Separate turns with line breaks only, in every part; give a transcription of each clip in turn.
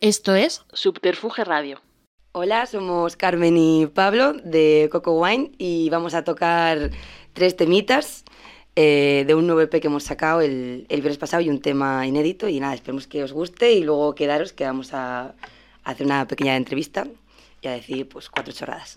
Esto es Subterfuge Radio.
Hola, somos Carmen y Pablo de Coco Wine y vamos a tocar tres temitas eh, de un nuevo EP que hemos sacado el, el viernes pasado y un tema inédito. Y nada, esperemos que os guste y luego quedaros que vamos a, a hacer una pequeña entrevista y a decir pues cuatro chorradas.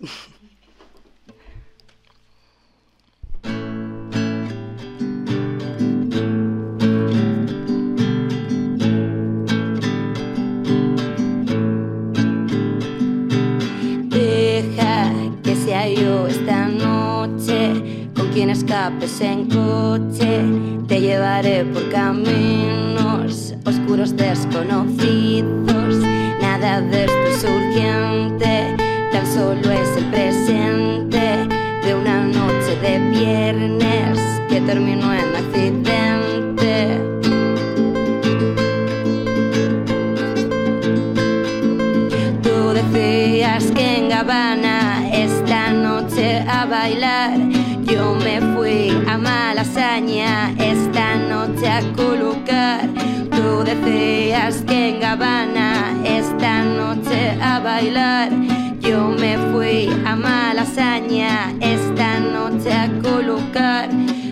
Deja que sea yo esta noche con quien escapes en coche. Te llevaré por caminos oscuros desconocidos. Nada de esto es urgente, tan solo es el presente de una noche de viernes que terminó en accidente. Tú decías que en Gabana esta noche a bailar. Yo me fui a Malasaña esta noche a colocar. Tú decías que en Gabana esta noche a bailar. Yo me fui a Malasaña esta noche a colocar.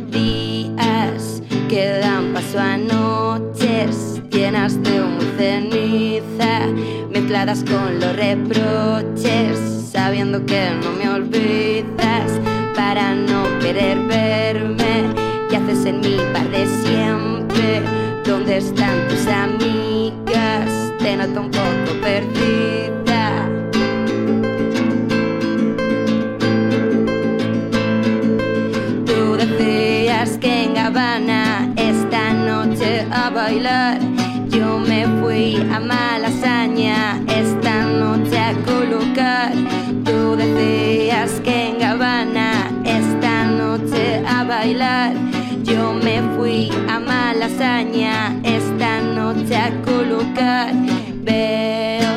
Días que dan paso a noches llenas de humo y ceniza, mezcladas con los reproches, sabiendo que no me olvidas para no querer verme. ¿Qué haces en mi bar de siempre? ¿Dónde están tus amigas? Te noto un poco perdida. Tú decías que en Habana esta noche a bailar. Yo me fui a Malasaña esta noche a colocar. Tú decías que en Habana esta noche a bailar. Yo me fui a Malasaña esta noche a colocar. Veo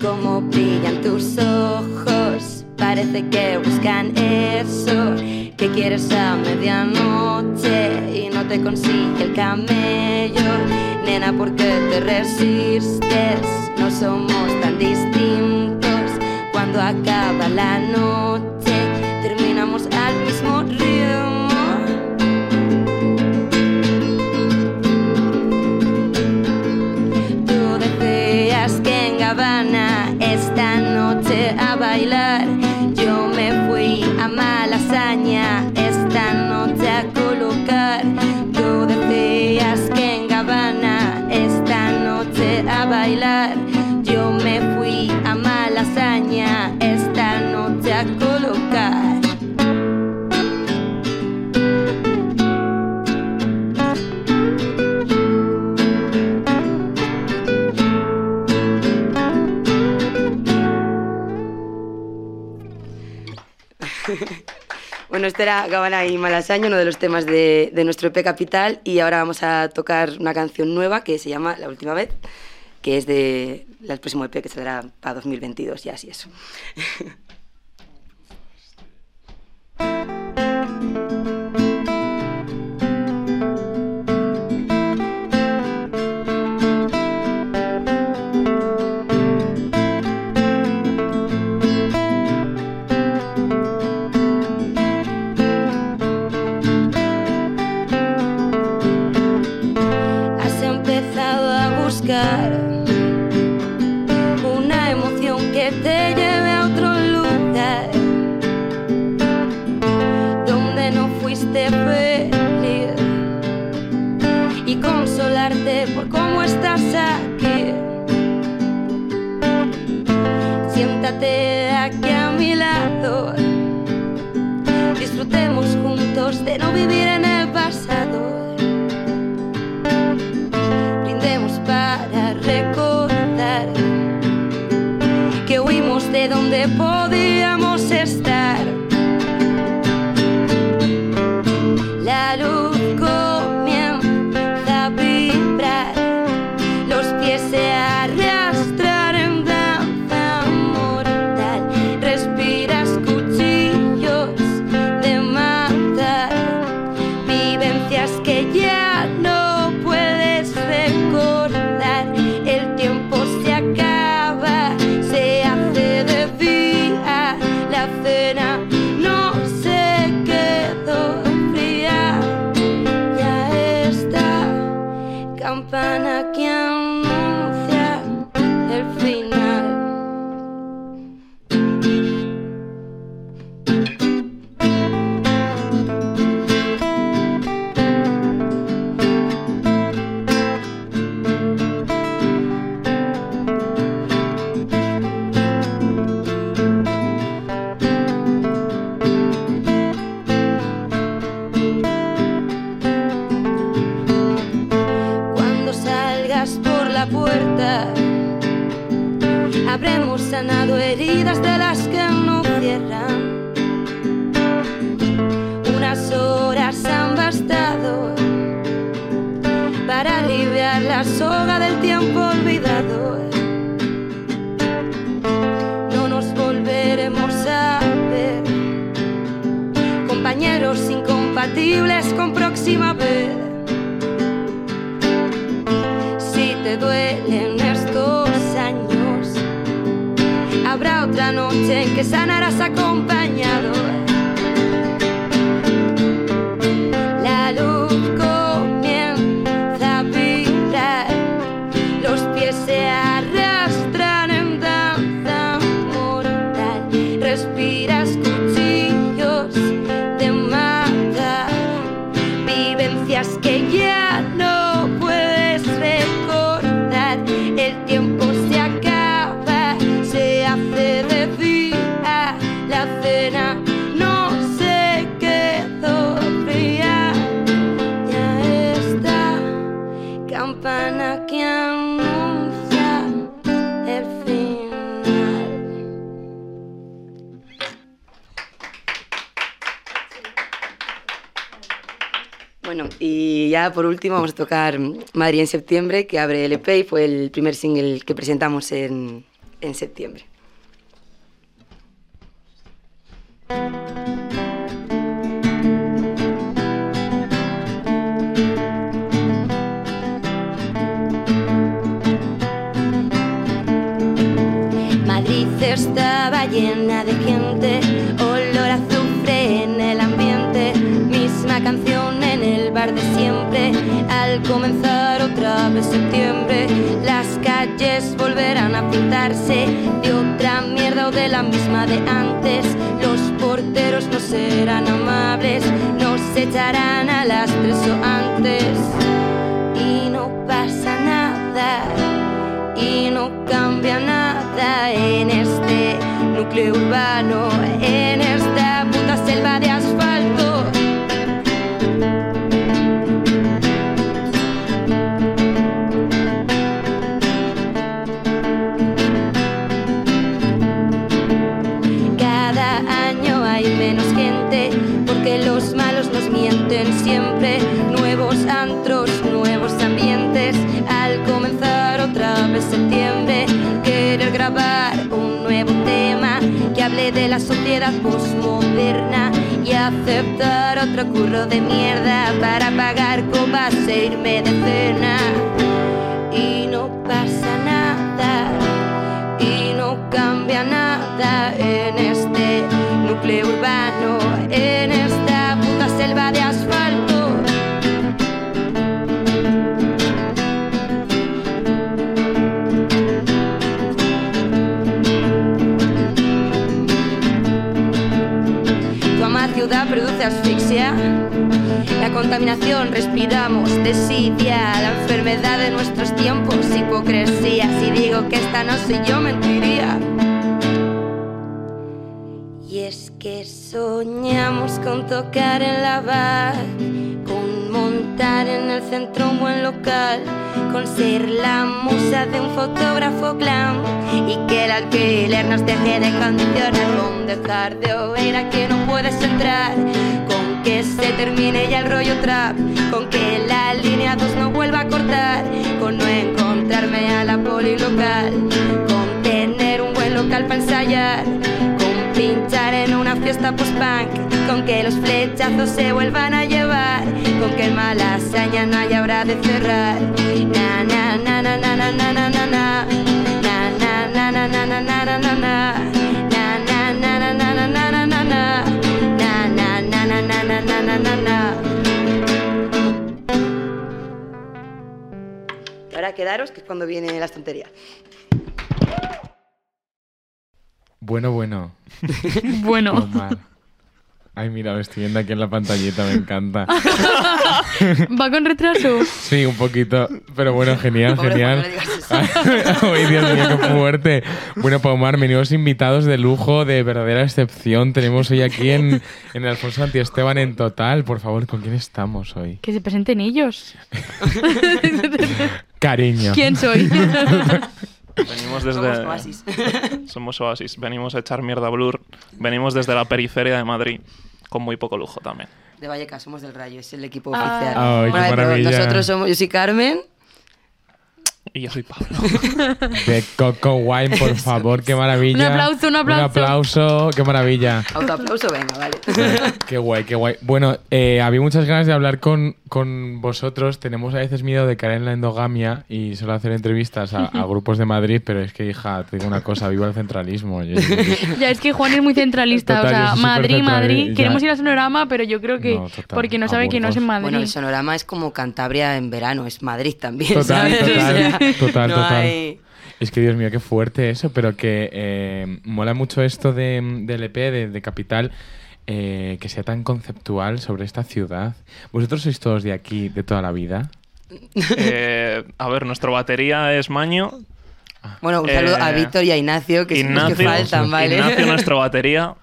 cómo brillan tus ojos. Parece que buscan eso que quieres a medianoche y no te consigue el camello. Nena, porque te resistes? No somos tan distintos. Cuando acaba la noche, terminamos al mismo ritmo. Tú decías que en Gabana esta noche a bailar. Yo me fui a Malasaña esta noche a colocar. Tú decías que en Gabana esta noche a bailar. Yo me fui a Malasaña esta noche a colocar.
Bueno, este era Gabana y Malasaña, uno de los temas de, de nuestro EP Capital, y ahora vamos a tocar una canción nueva que se llama La Última Vez, que es de el próximo EP que saldrá para 2022 ya, así eso.
Has empezado a buscar una emoción que te lleve a otro lugar donde no fuiste feliz y consolarte por cómo estás aquí. Siéntate aquí a mi lado, disfrutemos juntos de no vivir en el pasado brindemos para recordar que huimos de donde podíamos estar. La luz comienza a vibrar, los pies se arrastran en danza mortal. Respiras cuchillos de matar, vivencias que la puerta. Habremos sanado heridas de las que no cierran. Unas horas han bastado para aliviar la soga del tiempo olvidado. No nos volveremos a ver, compañeros incompatibles con próxima vez. Si te duelen estos años, habrá otra noche en que sanarás acompañado. La luz comienza a vibrar, los pies se arrastran en danza mortal. Respiras cuchillos de mata, vivencias que ya no puedes recordar. El tiempo se acaba, se hace de día, la cena no se quedó fría. Ya está, campana que anuncia el final.
Bueno, y ya por último vamos a tocar Madrid en septiembre, que abre el EP y fue el primer single que presentamos en, en septiembre.
Madrid estaba llena de gente, olor a azufre en el ambiente, misma canción en el bar de siempre. Al comenzar otra vez septiembre, las calles volverán a pintarse de otra mierda o de la misma de antes. Los porteros no serán amables, nos echarán a las tres o antes. Y no pasa nada y no cambia nada en este núcleo urbano, en esta puta selva de asfalto. Cada año hay menos gente porque los malos nos mienten siempre. Nuevos antros, nuevos ambientes. Al comenzar otra vez septiembre, querer grabar un nuevo tema que hable de la sociedad postmoderna y aceptar otro curro de mierda para pagar copas e irme de cena. Y no pasa nada, y no cambia nada en este núcleo urbano, en esta puta selva de asfalto. Tu amada ciudad produce asfixia. La contaminación respiramos, desidia, la enfermedad de nuestros tiempos, hipocresía. Si digo que esta no soy yo, mentiría. Y es que soñamos con tocar en la bar, con montar en el centro un buen local, con ser la musa de un fotógrafo clown y que el alquiler nos deje de condicionar, con dejar de oír a que no puedes entrar, con que se termine ya el rollo trap, con que la línea 2 no vuelva a cortar, con no encontrarme a la poli local, con tener un buen local para ensayar, con pinchar en una fiesta post-punk, con que los flechazos se vuelvan a llevar, con que el malasaña no haya hora de cerrar. Na, na, na, na, na, na, na, na, na, na. Na, na, na, na, na, na, na, na, na, na. Na, na, na, na, na, na, na, na, na, na. Na, na, na, na, na, na, na, na, na, na.
Ahora quedaros, que es cuando vienen las tonterías.
Bueno, bueno.
Bueno,
Omar. Ay, mira, lo estoy viendo aquí en la pantallita, me encanta.
Va con retraso.
Sí, un poquito. Pero bueno, genial,
Pobre Juan, no
genial.
le digas eso.
Ay, Dios mío, qué fuerte. Bueno, Pomar, menudos invitados de lujo, de verdadera excepción. Tenemos hoy aquí en, en el Alfonso Antiesteban en total. Por favor, ¿con quién estamos hoy?
Que se presenten ellos.
Cariño.
¿Quién soy?
Venimos
Somos
desde.
oasis.
Somos Oasis. Venimos a echar mierda a Blur. Venimos desde la periferia de Madrid. Con muy poco lujo también.
De Vallecas, somos del Rayo, es el equipo
Ah.
oficial.
Ay, qué
Bueno, a ver, pero
maravilla.
nosotros somos, yo soy Carmen.
Y yo soy Pablo.
De Coco Wine, por favor, qué maravilla.
Un aplauso, un aplauso.
Un aplauso, qué maravilla.
Autoaplauso, venga, vale.
Qué guay, qué guay. Bueno, eh, había muchas ganas de hablar con, con vosotros. Tenemos a veces miedo de caer en la endogamia y solo hacer entrevistas a, a grupos de Madrid, pero es que, hija, te digo una cosa, viva el centralismo. Yo- yo-
ya es que Juan es muy centralista.
Total, yo
o sea,
soy
Madrid,
supercentralista,
Madrid.
ya.
Queremos ir a Sonorama, pero yo creo que.
No, total,
porque no sabe
aburros.
que no es en Madrid.
Bueno, el sonorama es como Cantabria en verano, es Madrid también.
Total,
¿sabes?
total,
O sea,
total,
no
total.
hay-
Es que, Dios mío, qué fuerte eso, pero que eh, mola mucho esto de, del EP, de, de Capital, eh, que sea tan conceptual sobre esta ciudad. ¿Vosotros sois todos de aquí, de toda la vida?
Eh, a ver, nuestro batería es Maño.
Bueno, un saludo
Eh,
a Víctor y a Ignacio, que son los que
Ignacio,
faltan, ¿vale?
Ignacio, nuestro batería.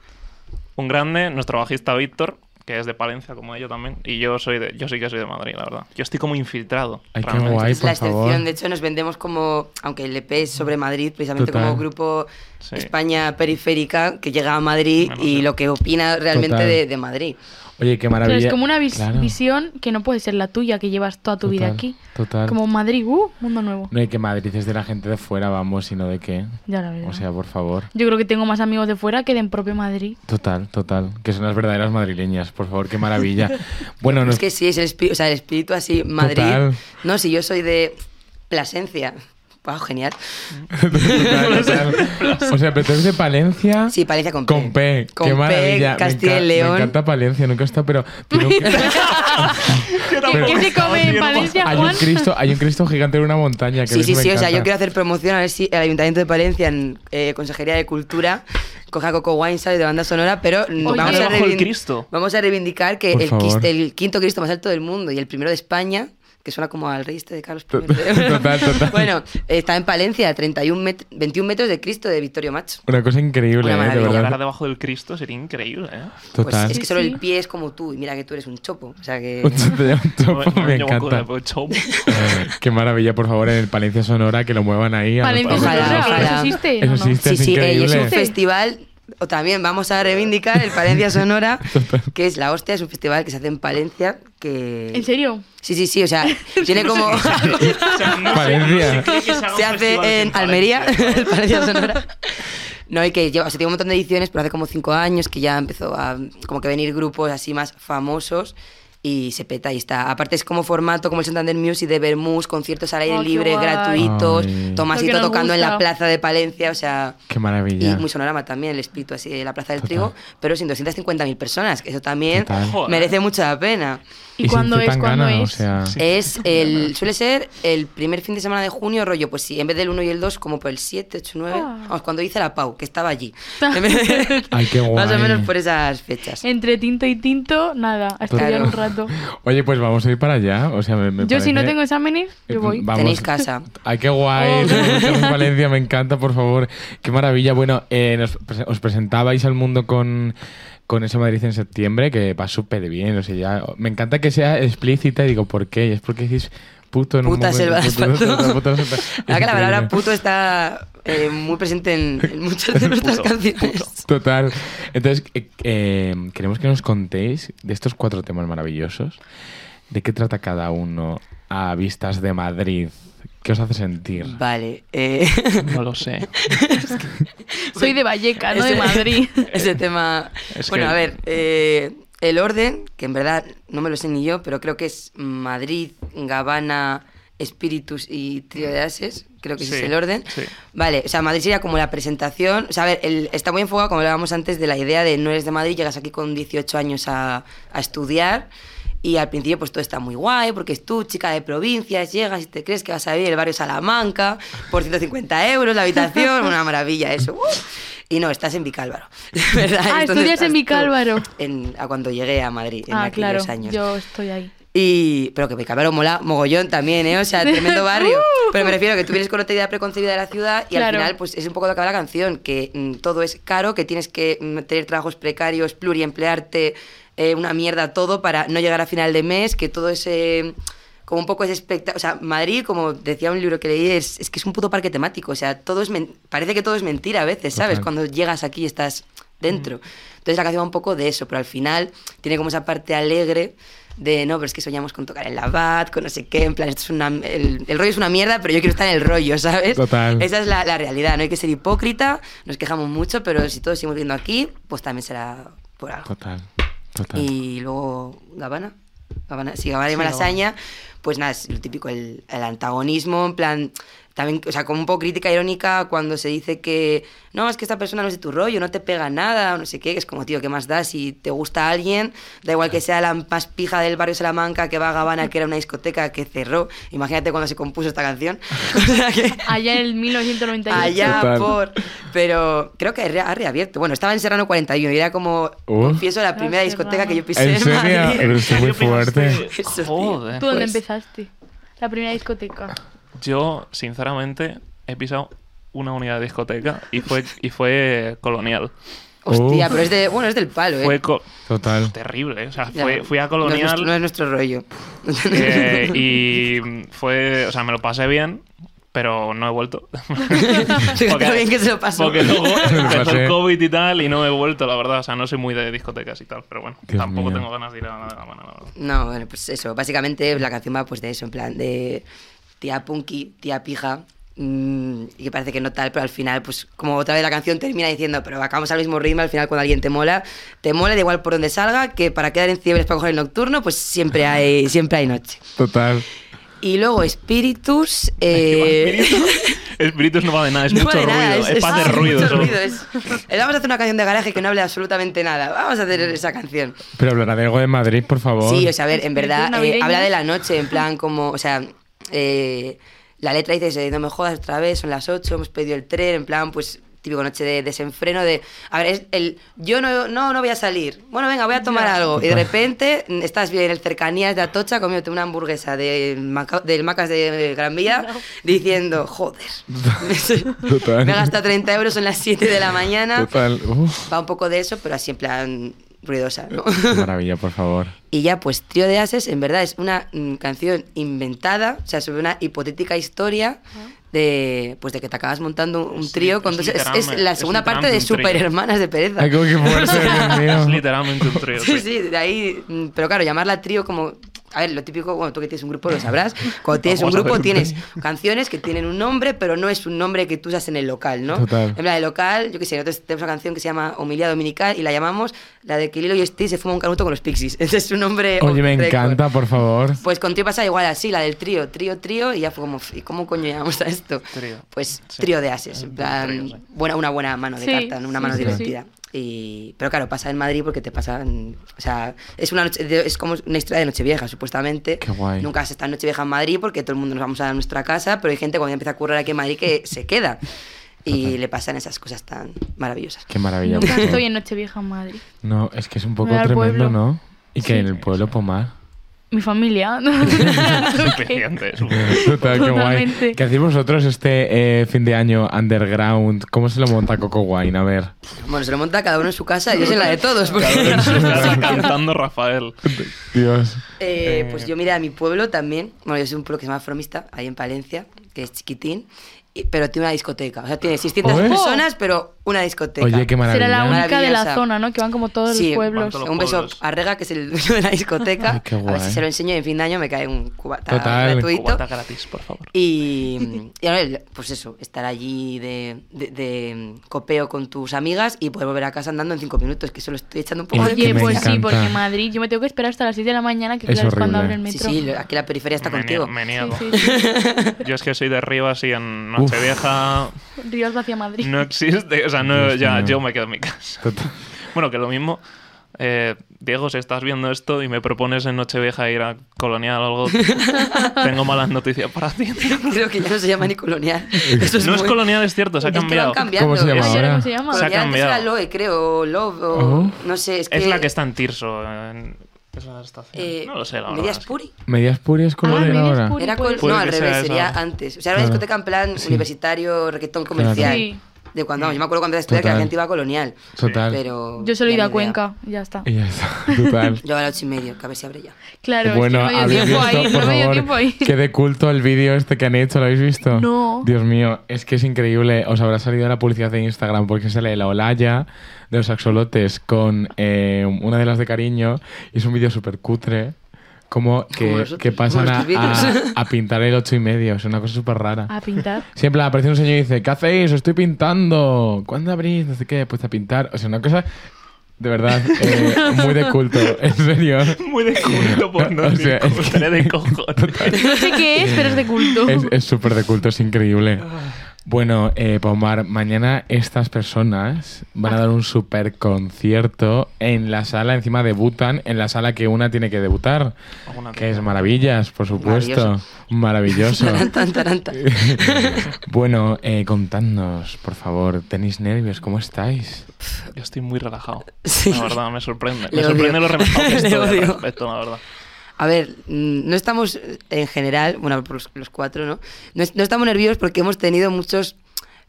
Un grande, nuestro bajista Víctor, que es de Palencia como yo también. Y yo soy de, yo sí que soy de Madrid, la verdad. Yo estoy como infiltrado.
Ay, qué
realmente.
guay.
es la
por favor.
excepción, de hecho nos vendemos como, aunque el EP es sobre Madrid, precisamente
Total.
como grupo
Sí.
España periférica que llega a Madrid
Bueno,
y
sí.
lo que opina realmente
Total.
de, de Madrid.
Oye, qué
Claro,
maravilla.
es como una vis-
Claro.
visión que no puede ser la tuya, que llevas toda tu vida
Total,
aquí.
Total.
Como Madrid, uh, mundo nuevo.
No, y que Madrid es de la gente de fuera, vamos, sino de qué.
Ya la verdad.
O sea, por favor.
yo creo que tengo más amigos de fuera que de en propio Madrid.
Total, total. Que son las verdaderas madrileñas, por favor, qué maravilla. Bueno, no
Es que sí, es el, espí- o sea, el espíritu así, Madrid.
Total.
No, si yo soy de Plasencia. Wow, genial.
Total, total. O sea, pero tú eres de Palencia.
Sí, Palencia con P.
Con P,
Con
qué
P,
maravilla. Me
Castilla y
enca-
León.
Me encanta Palencia, nunca está, pero tiene un-
¿Qué, qué se come en Valencia,
hay, un
Juan?
Cristo, hay un Cristo gigante en una montaña. Que
Sí,
ves,
sí,
me
sí. O sea,
encanta.
yo quiero hacer promoción a ver si el Ayuntamiento de Palencia, en eh, Consejería de Cultura, coja Coco Wine, ¿sabes? De banda sonora, pero mm,
Oye.
vamos, a
Debajo
del
reivind-
Cristo.
vamos a reivindicar que
Por
el, quis-
favor.
el quinto Cristo más alto del mundo y el primero de España, que suena como al rey este de Carlos I.
Total, total.
bueno, está en Palencia, a 31 met- 21 metros de Cristo de Victorio Macho.
Una cosa increíble,
Una
eh, de
maravilla.
verdad.
Volar debajo del Cristo sería increíble, ¿eh?
Total.
Pues es
Sí,
que solo
sí.
el pie es como tú, y mira que tú eres un chopo. O sea que.
Un chopo, un chopo,
Yo-
pues, me
yo con
encanta.
el pocho.
Eh, Qué maravilla, por favor, en el Palencia Sonora, que lo muevan ahí. a los
Valencia
palencianos.
Sonora,
Ojalá, ojalá.
¿eso existe?
Eso
¿o no?
existe.
Sí, sí,
es
eh, y es un
increíble.
festival, o también vamos a reivindicar el Palencia Sonora, que es la hostia, es un festival que se hace en Palencia, que...
¿En serio?
Sí, sí, sí, o sea, tiene como...
O sea, no sé-
Palencia.
no sé qué- que haga un
se hace
festival aquí
en Almería,
Palencia.
el Palencia Sonora. No, y que lleva, o sea, tiene un montón de ediciones, pero hace como cinco años que ya empezó a como que venir grupos así más famosos y se peta y está. Aparte es como formato como el Santander Music de Bermús, conciertos al aire
Oh, qué
libre,
guay.
gratuitos,
Ay.
Lo
Tomasito
que nos
tocando en la
gusta.
plaza de Palencia, o sea...
Qué maravilla.
Y muy sonorama también, el espíritu así de la Plaza del
Total.
Trigo, pero sin 250.000 personas, que eso también
Total.
Joder.
merece mucha pena.
¿Y,
sin
cuándo es?
Zetangana,
¿Cuándo es?
O sea,
Es el, suele ser el primer fin de semana de junio, rollo, pues sí, en vez del 1 y el 2, como por el 7, 8, 9,
Ah.
vamos, cuando hice la Pau, que estaba allí. En vez-
Ay, qué guay.
Más o menos por esas fechas.
Entre tinto y tinto, nada, a estudiar
Claro.
un rato.
Oye, pues vamos a ir para allá. O sea, me, me
Yo si no
parece-
tengo exámenes, yo voy.
Vamos.
Tenéis casa.
Ay, qué guay.
Oh.
tenemos casa en Valencia, me encanta, por favor. Qué maravilla. Bueno, eh, nos prese- os presentabais al mundo con, con ese Madrid en septiembre, que va súper bien. O sea, ya, me encanta que sea explícita y digo, ¿por qué? Y es porque decís puto en un
Puta
momento,
selva de
puto,
asfalto.
puto, puto, puto, puto.
Ahora que la palabra
Increíble.
puto está eh, muy presente en, en muchas de nuestras
Puto,
canciones.
puto.
Total. Entonces, eh, eh, queremos que nos contéis de estos cuatro temas maravillosos, de qué trata cada uno a vistas de Madrid, qué os hace sentir.
Vale. eh,
No lo sé.
Soy de Valleca, no de
Ese-
Madrid.
Ese tema.
Es
bueno,
que-
a ver, eh, el orden, que en verdad no me lo sé ni yo, pero creo que es Madrid, Gabana, Espíritus y Trío de Ases. Creo que ese
Sí,
es el orden.
sí.
Vale, o sea, Madrid sería como la presentación. O sea, a ver, el- está muy enfocado, como hablábamos antes, de la idea de no eres de Madrid, llegas aquí con 18 años a, a estudiar. Y al principio pues todo está muy guay, porque es tú, chica de provincias, llegas y te crees que vas a vivir en el barrio Salamanca por 150 euros la habitación, una maravilla eso. ¡uh! Y no, estás en Vicálvaro. ¿verdad?
Ah,
Entonces
estudias
estás
en
tú
Vicálvaro.
en- a cuando llegué a Madrid, en
ah,
aquellos
claro.
años.
Yo estoy ahí.
Y, pero que Vicálvaro mola mogollón también, ¿eh? O sea, tremendo barrio.
Uh.
Pero me refiero a que tú vienes con otra idea preconcebida de la ciudad y al
Claro.
final, pues es un poco lo que va la canción, que mm, todo es caro, que tienes que mm, tener trabajos precarios, pluriemplearte, eh, una mierda todo para no llegar a final de mes, que todo ese... mm, Como un poco es espectáculo. O sea, Madrid, como decía un libro que leí, es, es que es un puto parque temático. O sea, todo es men- parece que todo es mentira a veces, ¿sabes?
Total. Mm.
Cuando llegas aquí y estás dentro. Entonces la canción va un poco de eso, pero al final tiene como esa parte alegre de, no, pero es que soñamos con tocar en la BAT, con no sé qué, en plan, esto es una, el, el rollo es una mierda, pero yo quiero estar en el rollo, ¿sabes?
Total.
Esa es la, la realidad, no hay que ser hipócrita, nos quejamos mucho, pero si todos seguimos viendo aquí, pues también será por algo.
Total, total.
Y luego Gabana. Gabana sí, Gabana y Malasaña, pues nada, es lo típico, el, el antagonismo, en plan, también, o sea, como un poco crítica irónica cuando se dice que, no, es que esta persona no es de tu rollo, no te pega nada, o no sé qué, que es como, tío, ¿qué más da? Si te gusta alguien, da igual que sea la más pija del barrio Salamanca que va a Gabana, que era una discoteca que cerró, imagínate cuando se compuso esta canción. O sea que-
Allá en el 1998.
Allá
Total.
por. Pero creo que re- ha reabierto. Bueno, estaba en Serrano 41 y era como,
Uf.
confieso, la primera
Serrano.
discoteca que yo pisé
¿En
en
serio?
Madrid.
Pero estoy muy fuerte.
Eso, tío.
Joder.
¿Tú dónde
pues.
empezaste? La primera discoteca.
Yo, sinceramente, he pisado una unidad de discoteca y fue, y fue colonial.
Hostia,
Uf.
pero es, de, bueno, es del palo, ¿eh?
Fue co-
Total.
terrible, o sea,
Ya.
fue- fui a
No es
colonial
nuestro- No es nuestro, rollo.
eh, y mm, fue, o sea, me lo pasé bien, pero no he vuelto.
Fíjate lo bien que se lo pasó.
Porque luego
Me lo
empezó
pasé.
el COVID y tal y no he vuelto, la verdad, o sea, no soy muy de discotecas y tal, pero bueno,
Dios
tampoco
mío.
tengo ganas de ir a la de la mano, la verdad.
No, bueno, pues eso. Básicamente la canción va pues de eso, en plan de tía punky, tía pija, mm, y que parece que no tal, pero al final, pues como otra vez la canción termina diciendo, pero acabamos al mismo ritmo, al final cuando alguien te mola, te mola, da igual por donde salga, que para quedar en Ciberes para coger el nocturno, pues siempre hay, siempre hay noche.
Total.
Y luego Espíritus... eh,
Espíritus, Espíritus no va de nada, es
No
mucho
vale
ruido,
nada,
es, para hacer
es
ruido.
mucho
solo.
ruido, es- Eh, Vamos a hacer una canción de garaje que no hable absolutamente nada. Vamos a hacer esa canción.
Pero hablará de algo de Madrid, por favor.
Sí, o sea, a ver, en
Espíritus
verdad, eh,
navideños.
habla de la noche, en plan como, o sea, eh, la letra dice, eso, no me jodas otra vez, son las 8, hemos pedido el tren, en plan, pues típico noche de desenfreno de, a ver, es el, yo no, no, no voy a salir, bueno, venga, voy a tomar algo, y de repente mm, estás bien en el cercanías de Atocha comiéndote una hamburguesa de Maca- del Macas de Gran Vía, diciendo, joder,
Total.
me he gastado 30 euros, son las 7 de la mañana,
Total. Uf.
va un poco de eso, pero así en plan ruidosa, ¿no?
Qué maravilla, por favor.
Y ya, pues Trío de Ases, en verdad, es una mm, canción inventada, o sea, sobre una hipotética historia de pues de que te acabas montando un
Es
trío
lit-
con
es
dos... Es, es
literalmente-
la
es
segunda parte de
literalmente un trío.
Super Hermanas de Pereza.
Ay, como que fuerte, Dios mío.
Es literalmente un trío.
Sí,
sí.
sí, de ahí... mm, Pero claro, llamarla trío como... A ver, lo típico, bueno, tú que tienes un grupo lo sabrás. Cuando tienes un
Vamos a
grupo
ver.
tienes canciones que tienen un nombre, pero no es un nombre que tú usas en el local, ¿no?
Total.
En plan, el local, yo qué sé, nosotros tenemos una canción que se llama Homilía Dominical y la llamamos la de que Lilo y Steve se fuma un canuto con los pixies. Ese es un nombre...
Oye, me
récord.
encanta, por favor.
Pues con tío pasa igual así, la del trío, trío, trío, y ya fue como, "F- ¿cómo coño llegamos a esto?
Trío.
Pues
Sí.
trío de ases, en
Un
plan,
trío, sí.
buena, una buena mano de
Sí,
carta, ¿no? una
sí,
mano
sí,
divertida. Y, pero claro, pasa en Madrid porque te pasan, o sea, es una noche, de- es como una historia de Nochevieja, supuestamente.
Qué guay.
Nunca se está en Nochevieja en Madrid porque todo el mundo nos vamos a nuestra casa, pero hay gente cuando ya empieza a currar aquí en Madrid que se queda. Y le pasan esas cosas tan maravillosas.
Qué maravilla. por
Nunca
favor.
estoy en Nochevieja en Madrid.
No, es que es un poco
Me da el
tremendo,
pueblo.
¿no? Y que
Sí.
en el pueblo, Pomar.
Mi familia.
Suficiente, suficiente.
Total, qué guay.
Totalmente.
¿Qué hacéis vosotros este eh, fin de año underground? ¿Cómo se lo monta Coco Wine? A ver.
Bueno, se lo monta cada uno en su casa y yo soy la de todos. Porque...
Está cantando Rafael.
Dios.
Eh, pues yo miré a mi pueblo también. Bueno, yo soy un pueblo que se llama Fromista, ahí en Palencia, que es chiquitín, y- pero tiene una discoteca. O sea, tiene 600
Ojo.
personas, pero una discoteca.
Oye, qué maravilla.
Será la única de
Maravillosa.
la zona, ¿no? Que van como todos
Sí,
los pueblos.
van
Un beso
Los pueblos.
a Rega, que es el dueño de la discoteca.
Ay, Ah, qué
A
guay.
ver si se lo enseño y en fin de año me cae un cubata
Total.
gratuito.
Cubata gratis, por favor.
Y, y a ver, pues eso, estar allí de, de- de mm, copeo con tus amigas y poder volver a casa andando en cinco minutos, que solo estoy echando un poco
Oye,
de
Oye,
me
pues sí,
encanta.
porque en Madrid yo me tengo que esperar hasta las 6 de la mañana, que
Es
claro es cuando abre
horrible.
el
Sí,
metro.
sí, lo- aquí la periferia está
Me
contigo.
nie- Me niego.
Sí, sí, sí.
Yo es que soy de arriba, así en
Uf.
Nochevieja
Ríos hacia Madrid.
no existe. O sea, no,
Dios
ya,
mío.
yo me quedo en mi casa.
Total.
Bueno, que lo mismo. eh, Diego, si estás viendo esto y me propones en Nochevieja ir a colonial o algo, tengo malas noticias para ti.
Creo que ya no se llama ni colonial. Eso es
no es
muy-
colonial, es cierto, se ha
Es que lo han
cambiado.
cambiado.
¿Cómo se llama
Ay,
es-
ahora
ahora? Oh,
cómo se llama.
Se ha
Colonial antes
cambiado.
era Loe, creo, o Love, o-
Ojo.
no sé. Es,
Es la que está en Tirso. en esa estación.
eh,
no lo sé, la verdad.
Medias
es que-
Puri.
Medias Purias colonial
Ah, medias
ahora.
Puri.
Era col-
Puede
no, al
que sea
revés,
esa.
sería antes. O sea, era una
Claro.
discoteca en plan
Sí.
universitario, reggaetón comercial.
Sí.
De cuando, vamos, yo me acuerdo cuando era estudiante que la
Total.
gente iba a colonial.
Total.
Pero
Yo solo he
ya
ido
ni
a
idea.
Cuenca, ya está.
Y ya está, total.
Yo a las ocho y medio, que a ver si abre ya.
Claro,
bueno,
es que no
habéis
me dio tiempo
visto,
ahí,
por
no me dio
favor,
tiempo ahí.
que de culto el vídeo este que han hecho, ¿lo habéis visto?
No.
Dios mío, es que es increíble. Os habrá salido en la publicidad de Instagram porque sale la Olaya de los axolotes con eh, una de las de cariño y es un vídeo súper cutre. Como
Como
que,
los otros,
que pasan
como
a,
nuestros
a-
vídeos.
a pintar el ocho y medio, es una cosa súper rara.
A pintar.
Siempre aparece un señor y dice, ¿qué hacéis? Os estoy pintando. ¿Cuándo abrís? No sé qué, pues a pintar. O sea, una cosa de verdad eh, muy de culto, en serio.
Muy de culto por no
O
decir
sea, es que-
culto, de cojones.
No sé qué es, pero es de culto.
Es es súper de culto, es increíble.
Ah.
Bueno, eh, Pomar, mañana estas personas van a dar un super concierto en la sala, encima debutan, en la sala que una tiene que debutar,
Alguna
que es Maravillas, por supuesto. Maravilloso.
Taranta, taranta.
bueno, eh, contadnos, por favor, ¿tenéis nervios? ¿Cómo estáis?
Yo estoy muy relajado.
Sí.
La verdad, me sorprende.
Le
Me sorprende
odio.
lo relajado que
Le
estoy al
odio.
respecto, la verdad.
A ver, mm, no estamos eh, en general, bueno, por los- los cuatro, ¿no? No, es- no estamos nerviosos porque hemos tenido muchos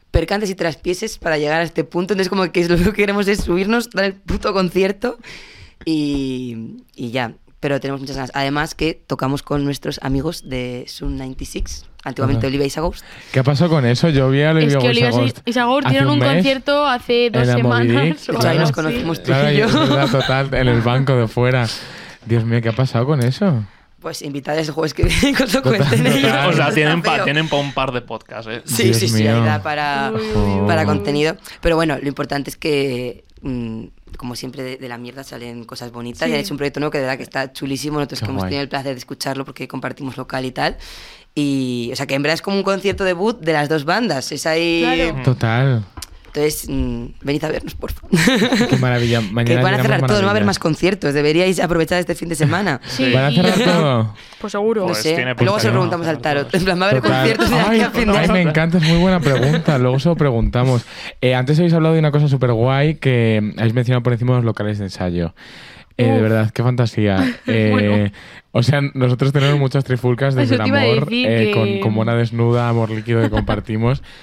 percances y traspieses para llegar a este punto. Entonces, como que lo que queremos es subirnos, dar el puto concierto y, y ya. Pero tenemos muchas ganas. Además, que tocamos con nuestros amigos de Sun 96, antiguamente
Ajá.
Olivia y Ghost.
¿Qué ha pasado con eso? Yo vi a
Es
Olivia
que Olivia
Ghost
y Sagor dieron un,
mes
concierto hace
en
dos
la Moby
semanas.
Dick,
o
hecho, ahí
algo
nos
así.
conocimos tú
Claro,
y
yo,
yo.
verdad, total, en el banco de fuera. Dios mío, ¿qué ha pasado con eso?
Pues invitarles el jueves que viene cuando cuenten
total.
ellos.
Claro.
O sea, tienen para
Pero-
un par de podcasts, ¿eh?
Sí,
Dios
sí, sí, ahí
mío.
da para,
Ujú.
para contenido. Pero bueno, lo importante es que, mm, como siempre, de, de la mierda salen cosas bonitas.
Sí.
Y han hecho un proyecto nuevo que de verdad que está chulísimo. Nosotros
Qué
que hemos
guay.
tenido el placer de escucharlo porque compartimos local y tal. Y, o sea, que en verdad es como un concierto debut de las dos bandas. Es ahí.
Claro.
Total.
Entonces, mm, venid a vernos, por favor.
Qué maravilla.
que
Mañana
van a
llegamos
cerrar todo, no va a haber
maravillas.
más conciertos. Deberíais aprovechar este fin de semana.
Sí,
¿Van a
y-
cerrar todo?
Pues seguro.
No
Pues
sé.
tiene
Luego se
pinta
que
lo
no.
preguntamos al tarot. En plan, va a haber
Total.
conciertos de aquí
Ay,
a fin de
ay,
año.
me encanta, es muy buena pregunta. Luego se lo preguntamos. Eh, antes habéis hablado de una cosa súper guay que habéis mencionado por encima de los locales de ensayo. Eh, de
Uf.
verdad, qué fantasía. Eh,
Bueno.
O sea, nosotros tenemos muchas trifulcas desde el
Eso te iba a
amor,
decir
eh,
que-
con, con mona desnuda, amor líquido que compartimos.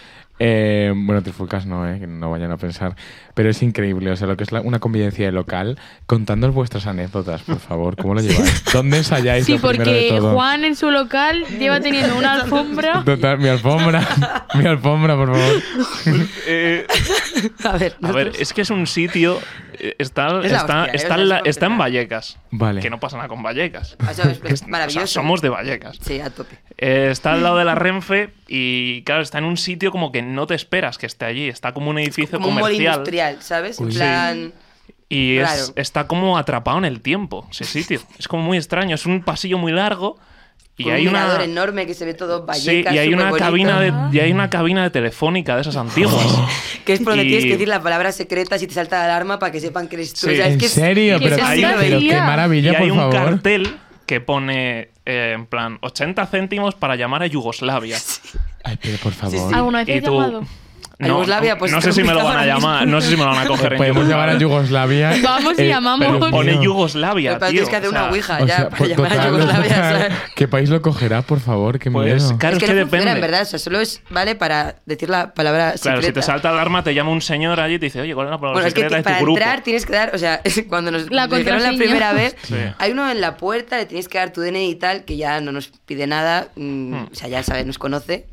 Eh, bueno, trifulcas no, eh, que no vayan a pensar. Pero es increíble, o sea, lo que es la- una convivencia de local. Contadnos vuestras anécdotas, por favor. ¿Cómo lo lleváis? ¿Dónde ensayáis?
Sí,
lo primero
porque
de todo?
Juan en su local lleva teniendo una alfombra.
Total, mi alfombra. mi alfombra, por favor.
Eh,
A ver,
a ver, es que es un sitio. eh, Está,
Es la
está,
hostia,
está
es
en
la
la- está en
hostia.
Vallecas.
Vale.
Que no pasa nada con Vallecas.
o sea, es- es
O sea,
maravilloso.
somos de Vallecas.
Sí, a tope.
Eh, está al lado de la Renfe y, claro, está en un sitio como que no te esperas que esté allí. Está como un edificio
como un mall
comercial.
industrial, ¿sabes? En
Sí.
plan,
Y es-
Claro.
está como atrapado en el tiempo, ese sitio. es como muy extraño. Es un pasillo muy largo y
con
hay
un
una.
mirador enorme que se ve todo
Sí,
vallecas,
y hay una
superbonito,
cabina de, y hay
Ah.
una cabina de telefónica de esas antiguas.
que es por donde
y-
tienes que decir la palabra secreta si te salta la alarma para que sepan que eres tú.
Sí.
O sea, es
¿En
que es-
serio?
que
Pero,
se
ay,
hacía
pero
día.
qué maravilla,
y hay
por
un
favor.
cartel que pone eh, en plan 80 céntimos para llamar a Yugoslavia.
Ay, pero por favor.
Sí, sí.
¿Alguna vez te
Y
has
tú-
llamado?
A Yugoslavia, pues,
no sé si me lo van a
ahora mismo.
llamar, no sé si me lo van a coger. en
Podemos llamar a Yugoslavia. Eh,
Vamos y llamamos.
pero
Pone
mío.
Yugoslavia,
Pero
tío.
tienes que hacer
o sea,
una ouija
O
ya
sea,
para
pues,
llamar a
total,
Yugoslavia,
total.
¿sabes?
¿Qué país lo cogerá, por favor? Qué
Pues,
miedo.
claro,
es que,
es que
no funciona,
depende.
en verdad, o sea, solo es, vale para decir la palabra secreta.
Claro, si te salta alarma, te llama un señor allí y te dice, oye, ¿cuál es la palabra
Bueno, es que
secreta
ti-
de
para
tu grupo?
entrar tienes que dar, o sea, cuando nos
La
lo dijeron la
contraseña.
primera vez,
Sí.
hay uno en la puerta, le tienes que dar tu DNI y tal, que ya no nos pide nada, mm,
Hmm.
o sea, ya sabes, nos conoce.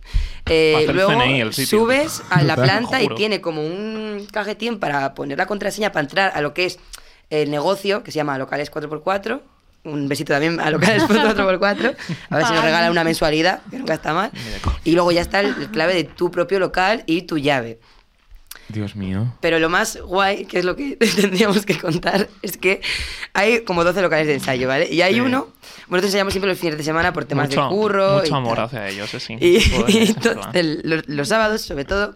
Eh,
Para hacer
luego
CNI el sitio.
subes a la
Total.
planta y
Juro.
tiene como un cajetín para poner la contraseña para entrar a lo que es el negocio, que se llama Locales 4x4. Un besito también a locales 4x4. A ver si nos
Ay.
regala una mensualidad, que nunca está mal. Y luego ya está el el clave de tu propio local y tu llave.
Dios mío.
Pero lo más guay, que es lo que tendríamos que contar, es que hay como 12 locales de ensayo, ¿vale? Y hay
Sí.
uno, nosotros ensayamos siempre los fines de semana por temas
mucho,
de curro. y
Mucho amor
tal.
hacia ellos, sí.
Y, y entonces, los, los sábados, sobre todo,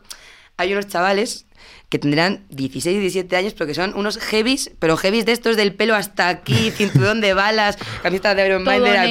hay unos chavales que tendrán 16, 17 años, pero que son unos heavies, pero heavies de estos del pelo hasta aquí, cinturón de balas, camiseta de Iron
Todo
Maiden
negro.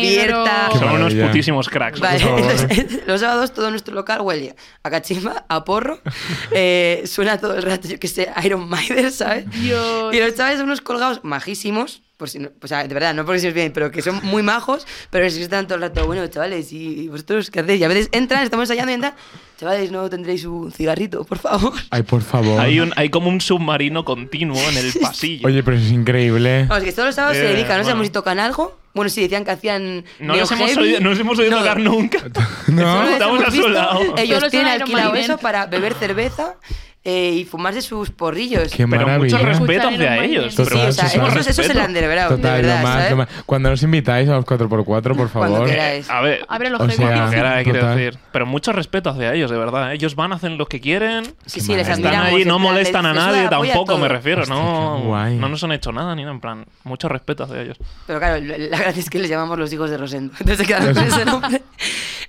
abierta.
Qué
Son unos
maravilla.
putísimos cracks.
Vale,
por favor.
entonces, los sábados todo nuestro local huele a cachimba, a porro, eh, suena todo el rato, yo que sé, Iron Maiden, ¿sabes?
Dios.
Y los chavales son unos colgados majísimos, por si no- o sea, de verdad, no porque se os bien, pero que son muy majos, pero es que están todo el rato, bueno, chavales, ¿y, y vosotros qué hacéis? Y a veces entran, estamos ensayando y entran, chavales, no tendréis un cigarrito, por favor.
Ay, por favor.
Hay, un, hay como un submarino continuo en el pasillo.
Oye, pero eso es increíble.
Vamos, que todos los sábados se
Eh,
dedican, no
bueno.
sabemos si tocan algo. Bueno, sí, decían que hacían.
no,
neo
les hemos
heavy.
oído, no les hemos oído
No,
tocar nunca.
¿No?
Solo les
Estamos
hemos
a su
visto.
lado.
Ellos
Solo son
tienen
Iron
alquilado
Maiden.
eso para beber cerveza eh, y fumarse sus porrillos.
Qué
Pero
maravilla.
mucho respeto
Escucha,
hacia
Iron Maiden.
ellos.
Sí,
pero
sí, o sea,
muchísimo
muchísimo
eso, es- eso es el
respeto.
underground,
Total,
de verdad,
lo más,
¿sabes?
lo más. Cuando nos invitáis a los 4x4, por
Cuando
favor.
queráis.
Eh, a ver,
Abre los
O
ojos.
sea,
lo que era, quiero
total.
decir. Pero mucho respeto hacia ellos, de verdad. ¿eh? Ellos van, hacen lo que quieren.
Sí, sí, les
Están
Están
admiramos.
allí,
en
no
plan,
molestan
les-
a
les suda
nadie
la polla
tampoco,
todo.
me refiero.
Hostia,
No,
qué guay.
no nos han hecho nada, ni nada. En plan, mucho respeto hacia ellos.
Pero claro, la la gracia es que les llamamos los hijos de Rosendo. Entonces se quedaron con ese nombre.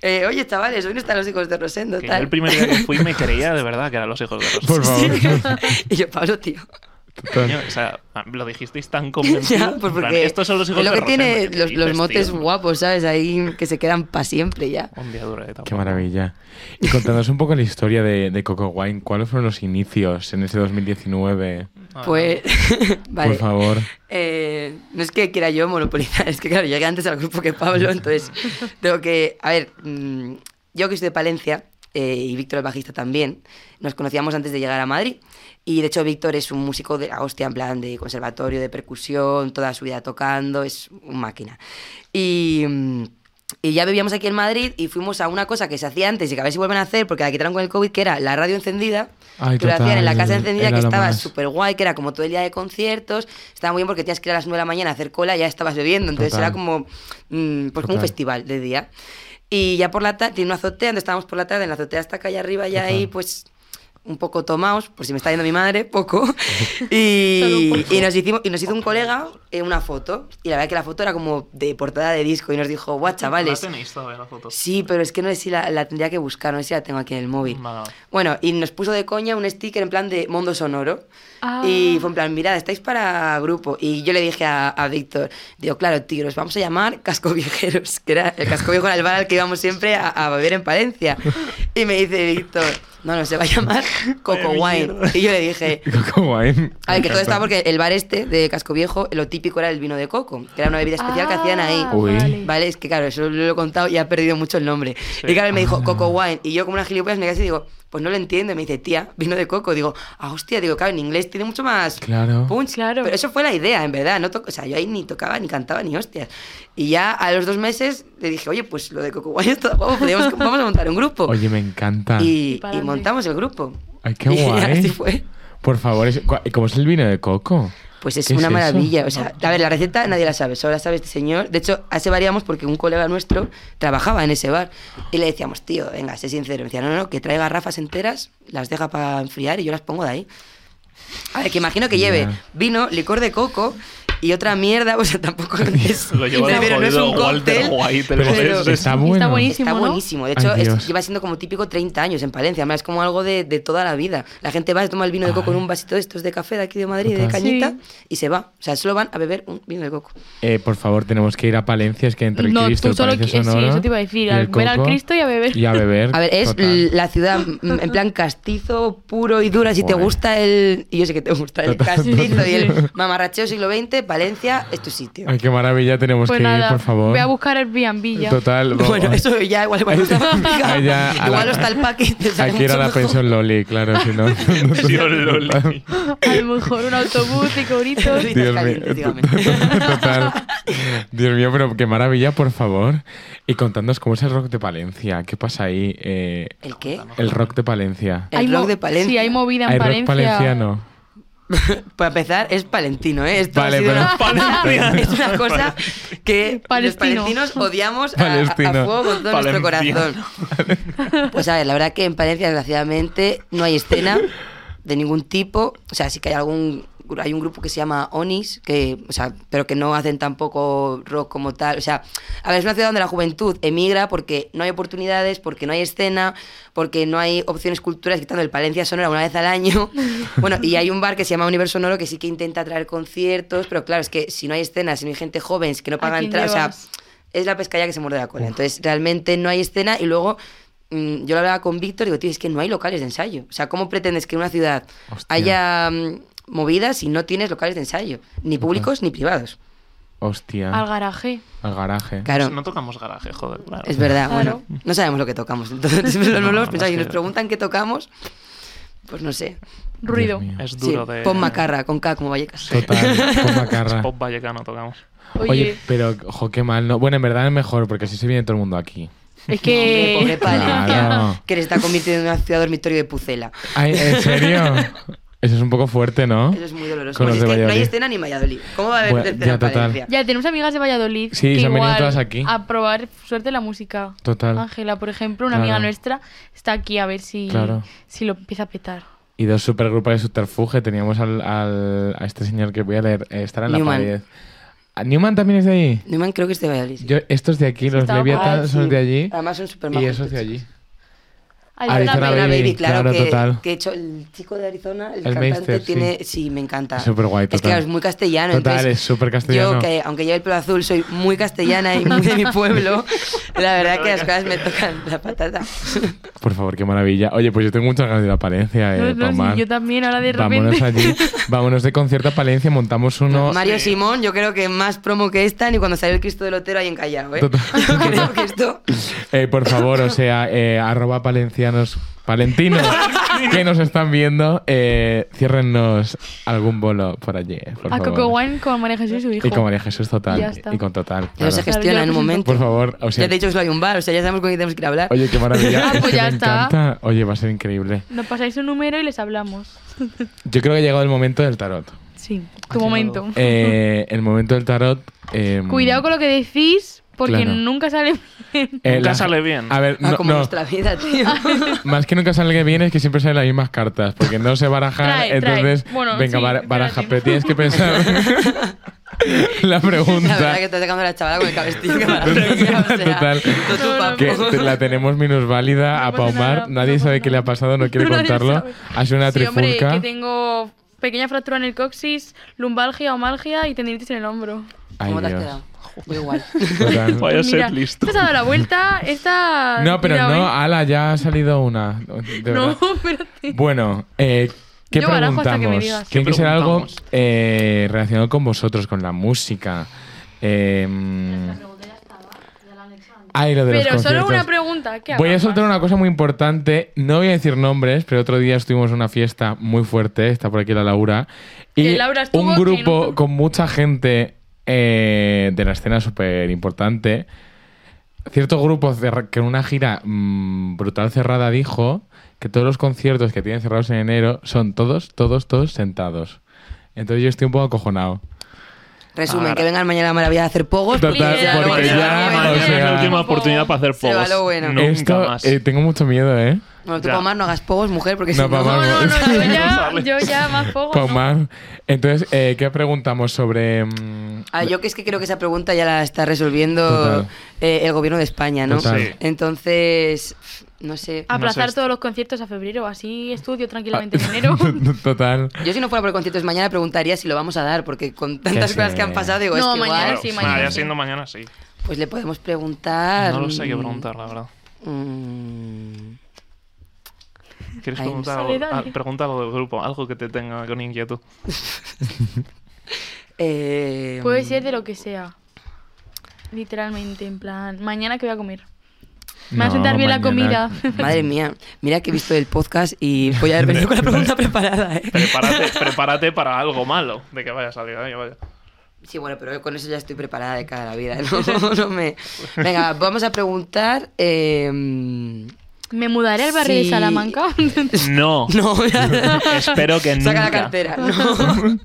Eh, oye, chavales, hoy no están los hijos de Rosendo.
Que yo
tal.
el primer día que fui me creía de verdad que eran los hijos de los
Por favor.
y yo, Pablo, tío.
Total.
Coño, o sea, lo dijisteis tan
Ya,
convencido.
pues
En plan,
porque
Estos son los hijos
es lo
de
que
Rosendo".
tiene
Yo, ¿qué
los, los
dices,
motes
tío?
guapos, ¿sabes? Ahí que se quedan para siempre ya.
Un día dura, eh, tampoco.
Qué maravilla. Y contándonos un poco la historia de, de Coco Wine, ¿cuáles fueron los inicios en ese 2019?
Ah,
Pues, vale.
Por favor.
Eh, no es que quiera yo monopolizar, es que claro, llegué antes al grupo que Pablo, entonces tengo que... A ver, mm, yo que soy de Palencia eh, y Víctor el bajista también, nos conocíamos antes de llegar a Madrid y de hecho Víctor es un músico de la hostia, en plan de conservatorio, de percusión, toda su vida tocando, es un máquina. Y... mm, y ya vivíamos aquí en Madrid y fuimos a una cosa que se hacía antes y que a ver si vuelven a hacer porque la quitaron con el COVID, que era la radio encendida,
Ay,
que lo hacían en la casa
total,
encendida,
era
que
lo
estaba
más.
súper súper guay, que era como todo el día de conciertos, estaba muy bien porque tenías que ir a las 9 de la mañana a hacer cola, ya estabas bebiendo, entonces
Total.
era como, mm, pues como
Total.
un festival de día. Y ya por la tarde, tiene una azotea, donde estábamos por la tarde, en la azotea hasta acá allá arriba, ya
Total.
ahí pues un poco tomados, por si me está viendo mi madre, poco. Y, y nos, hicimos, y nos hizo un colega eh, una foto, y la verdad que la foto era como de portada de disco, y nos dijo, guau,
La
chavales.
tenéis todavía la foto.
Sí, pero es que no sé si la, la tendría que buscar, no sé si la tengo aquí en el móvil.
Vale, vale.
Bueno, y nos puso de coña un sticker en plan de Mundo Sonoro.
Ah.
Y fue en plan, mirad, estáis para grupo. Y yo le dije a, a Víctor, digo, claro, tío, los vamos a llamar cascoviejeros, que era el casco viejo era el bar al que íbamos siempre a, a beber en Palencia. Y me dice Víctor, no, no, se va a llamar Coco Wine. Y yo le dije,
Coco Wine.
a ver, que todo estaba
Me encanta.
porque el bar este de Casco Viejo, lo típico era el vino de coco, que era una bebida especial que hacían ahí.
Ah,
Uy.
vale.
Vale, es que claro, eso lo he contado y ha perdido mucho el nombre. Y claro, él me
Ah.
dijo Coco Wine. Y yo, como una gilipollas, me quedé así y digo, pues no lo entiendo. Y me dice, tía, vino de coco. Digo, ah, hostia, digo, claro, en inglés tiene mucho más
Claro.
punch.
Claro.
Pero eso fue la idea, en verdad. No to- o sea, yo ahí ni tocaba, ni cantaba, ni hostias. Y ya a los dos meses le dije, oye, pues lo de Coco Wine está guapo, podríamos- vamos a montar un grupo.
Oye, me encanta.
y,
Y para
y
adelante.
montamos el grupo.
Ay, qué
Y
guay.
así fue.
Por favor, es- cua- ¿cómo es el vino de coco?
Pues es
¿Qué
una
eso?
maravilla. O sea, a ver, la receta nadie la sabe, solo la sabe este señor. De hecho, hace variamos porque un colega nuestro trabajaba en ese bar y le decíamos, tío, venga, sé sincero. Y me decía, no, no, que trae garrafas enteras, las deja para enfriar y yo las pongo de ahí. A ver, que imagino que lleve
Ya.
vino, licor de coco y otra mierda, o sea, tampoco es.
Lo lleva el
pero no es
jodido
un
Walter
cóctel.
White. el
Pero
modelo
es-
ese.
está
Está
bueno.
buenísimo.
Está
¿no?
buenísimo. De hecho,
Ay,
es-
Dios.
lleva siendo como típico 30 años en Palencia. Además, es como algo de, de toda la vida. La gente va, se toma el vino de coco en un vasito de estos de café de aquí de Madrid, de
Total.
cañita,
Sí.
y se va. O sea, solo van a beber un vino de coco.
Eh, por favor, tenemos que ir a Palencia, es que entre el
No, tú
Cristo, el
solo
Palacio
qui- sí,
Sonoro
eso te iba a decir,
y
al
el
ver al
Coco,
Cristo y a beber.
Y a beber.
A ver, es
total.
la ciudad mm, en plan castizo, puro y dura. Si te
Guay.
gusta el. Y yo sé que te gusta el
Total,
castizo
total.
y el mamarracheo siglo XX, Palencia es tu sitio.
Ay, qué maravilla, tenemos
Pues
que
nada,
ir, por favor.
voy a buscar el B&B ya.
Total. vamos.
Bueno, eso ya igual, igual está complicado.
Ahí ya, a
Igual
la-
está el paquete.
Hay que ir a la pensión Loli, claro, si no.
Pensión Loli.
A lo mejor un autobús de cobritos.
Sí.
Dios mío.
Calientes, dígame.
Total. Dios mío, pero qué maravilla, por favor. Y contadnos cómo es el rock de Palencia. ¿Qué pasa ahí? Eh,
¿El qué?
el rock de Palencia.
El rock de Palencia.
Sí, hay movida en
Hay rock
Palencia.
palenciano.
Para empezar, es palentino, ¿eh? Esto
Vale,
ha sido
pero-
una-
Palentino.
es una cosa que los
Palestino.
palestinos odiamos a, a- a
Palestino.
fuego con todo nuestro
Palestino.
corazón. Pues a ver, la verdad que en Palencia, desgraciadamente, no hay escena de ningún tipo. O sea, sí que hay algún hay un grupo que se llama Onis, que, o sea, pero que no hacen tampoco rock como tal. O sea, a ver, es una ciudad donde la juventud emigra porque no hay oportunidades, porque no hay escena, porque no hay opciones culturales, quitando el Palencia Sonora una vez al año. Bueno, y hay un bar que se llama Universo Sonoro que sí que intenta traer conciertos, pero claro, es que si no hay escena, si no hay gente joven, si no pagan
quién
entradas, o sea,
llevas?
es la pescadilla que se muerde la cola. Entonces, realmente no hay escena y luego mm, yo lo hablaba con Víctor y digo, tío, es que no hay locales de ensayo. O sea, ¿cómo pretendes que en una ciudad
Hostia.
haya mm, movidas si no tienes locales de ensayo? Ni públicos ni privados.
Hostia.
Al garaje.
Al garaje.
Claro.
Pues No tocamos garaje, joder. claro.
Es verdad,
Claro.
bueno, no sabemos lo que tocamos. Entonces, no lo
No,
hemos
no
pensado. Si
sé.
nos preguntan qué tocamos, pues no sé.
Ruido.
Dios mío.
Es
Sí,
duro de.
pon macarra, con K como Vallecas.
Total, con macarra.
Pop vallecano tocamos.
Oye,
Oye, pero, jo, qué mal, ¿no? Bueno, en verdad es mejor, porque así se viene todo el mundo aquí.
es
Hombre,
que.
pobre Palencia,
Claro.
que se está convirtiendo en una ciudad dormitorio de Pucela.
Ay, ¿en serio? Eso es un poco fuerte, ¿no?
Eso es muy doloroso.
Con
Pues
los
es que
de
no hay
Valladolid.
escena ni en Valladolid. ¿Cómo va a haber
Bueno,
escena en
ya, total.
Palencia?
Ya, tenemos amigas de Valladolid.
Sí,
que
se han venido
igual
todas aquí.
A probar suerte la música.
Total.
Ángela, por ejemplo, una
Claro.
amiga nuestra, está aquí a ver si,
Claro.
si lo empieza a petar.
Y dos supergrupos de subterfuge. Teníamos al, al- a este señor que voy a leer. eh, estará en
Newman.
la pared. ¿A ¿Newman también es de ahí?
Newman creo que es de Valladolid. sí.
Yo, estos de aquí, los
estaba
Leviathan,
guay,
son
sí.
de allí.
Además son súper
Y
majos,
esos de
estos.
allí.
Arizona
Arizona
Baby.
Arizona Baby, claro,
claro,
que,
total.
que he hecho el chico de Arizona, el,
El
cantante
Meister, sí.
tiene, sí. me encanta.
Es superguay,
Es que
total.
es muy castellano.
Total,
entonces,
es súper castellano.
Yo que aunque lleve el pelo azul soy muy castellana y muy de mi pueblo. La verdad que las cosas me tocan la patata.
Por favor, qué maravilla. Oye, pues yo tengo muchas ganas de ir a Palencia.
No, no,
Eh,
sí,
Tomás.
yo también, ahora de
Vámonos
repente.
allí. Vámonos de concierto a Palencia, montamos uno.
Mario Simón, yo creo que más promo que esta ni cuando salió el Cristo del Otero ahí en Callao, ¿eh?
Total.
Yo creo que esto
Eh, por favor, o sea, eh, arroba palencianos, palentinos que nos están viendo, eh, ciérrennos algún bolo por allí, eh, por
a
favor.
Coco Wine con María Jesús y su hijo.
Y con María Jesús total.
Ya está.
Y con total.
ya
claro.
se gestiona en un momento.
Por favor, o sea,
Ya te he dicho que solo hay un bar, o sea, ya sabemos con quién tenemos que ir a hablar.
oye, qué maravilla.
Ah,
es
pues
que
ya
me
está.
encanta. Oye, va a ser increíble.
Nos pasáis un número y les hablamos.
Yo creo que ha llegado el momento del tarot.
Sí, tu momento.
Eh, el momento del tarot. eh,
Cuidado con lo que decís, porque
Claro.
nunca sale bien.
eh,
Nunca
la-
sale bien.
A ver,
Ah,
no,
como
no.
nuestra vida, tío.
Más que nunca sale que bien es que siempre salen las mismas cartas, porque no se baraja,
Trae, trae.
entonces,
Bueno,
venga,
sí,
bara-
espérate.
baraja, pero tienes que pensar la
La verdad
pregunta
que está sacando la chavala con el cabestillo que para
Total. que te- la tenemos menos válida
No
a
pasa
Paumar,
nada,
nadie
no pasa
sabe qué le ha
nada.
pasado, no quiere
Nadie
contarlo,
sabe.
ha sido una
sí, hombre,
trifulca.
que tengo pequeña fractura en el coxis, lumbalgia, omalgia y tendinitis en el hombro.
Ay,
¿Cómo te has
Dios.
quedado? Muy igual.
Total.
Vaya
Mira,
ser listo.
Esta se ha dado la vuelta, esta...
Pues, No, pero
mira,
no,
ven.
ala, ya ha salido una. de
No,
verdad.
espérate.
Bueno, eh, ¿qué
Yo barajo hasta que me
preguntamos?
digas.
Tiene
¿Qué
que ser algo
preguntamos?
eh, relacionado con vosotros, con la música. Eh, ah, y lo de los
Pero solo una
conciertos.
pregunta. ¿qué
Voy a
hago?
soltar una cosa muy importante. No voy a decir nombres, pero otro día estuvimos en una fiesta muy fuerte. Está por aquí la Laura. Y
Que Laura estuvo,
un
que
grupo
no-
con mucha gente eh, de la escena súper importante. Cierto grupo cerra- que en una gira mm, brutal cerrada dijo que todos los conciertos que tienen cerrados en enero son todos, todos, todos sentados. Entonces yo estoy un poco acojonado.
Resumen, que vengan mañana a Maravilla a hacer pogos.
Total,
porque se va lo
porque
bueno.
ya,
Se va lo
o
es
sea-
la
Como-
última oportunidad para hacer
Se va
pogos.
lo bueno.
Nunca
Esto
más.
eh, tengo mucho miedo, ¿eh?
Bueno, tú,
Ya.
Pomar, no hagas pogos, mujer, porque
No,
si no...
Pomar,
No, no, no, yo ya,
Vale.
yo ya más poco.
Con
Oh, ¿no?
más. Entonces, eh, ¿qué preguntamos sobre...? mm,
Ah, yo que es que creo que esa pregunta ya la está resolviendo
Total.
eh, el gobierno de España, ¿no?
Total.
Sí.
Entonces, no sé.
Aplazar
No sé.
todos los conciertos a febrero, así estudio
Ah,
tranquilamente en enero.
Total.
Yo si no fuera por conciertos mañana preguntaría si lo vamos a dar, porque con
Que
tantas
sí.
cosas que han pasado digo,
No,
es que
mañana
igual,
Claro,
sí,
nada,
mañana
ya
sí.
siendo mañana sí.
pues le podemos preguntar...
No lo sé qué
mm,
preguntar, la verdad.
mm,
¿Quieres
Ay, no
preguntar
sé.
algo?
Dale, dale.
Ah, pregunta algo del grupo, algo que te tenga con inquietud.
eh,
Puede ser de lo que sea. Literalmente, en plan, mañana que voy a comer. Me va a
No,
sentar bien la
mañana.
comida.
Madre mía, mira que he visto el podcast y voy a haber venido con la pregunta preparada, ¿eh?
Prepárate, prepárate para algo malo de que vaya a salir. ahí, vaya.
Sí, bueno, pero con eso ya estoy preparada de cara a la vida. No, no me... Venga, vamos a preguntar. eh, No,
¿Me mudaré al barrio de
Sí.
Salamanca?
No.
ya-
Espero que
Saca la
nunca.
cartera. No.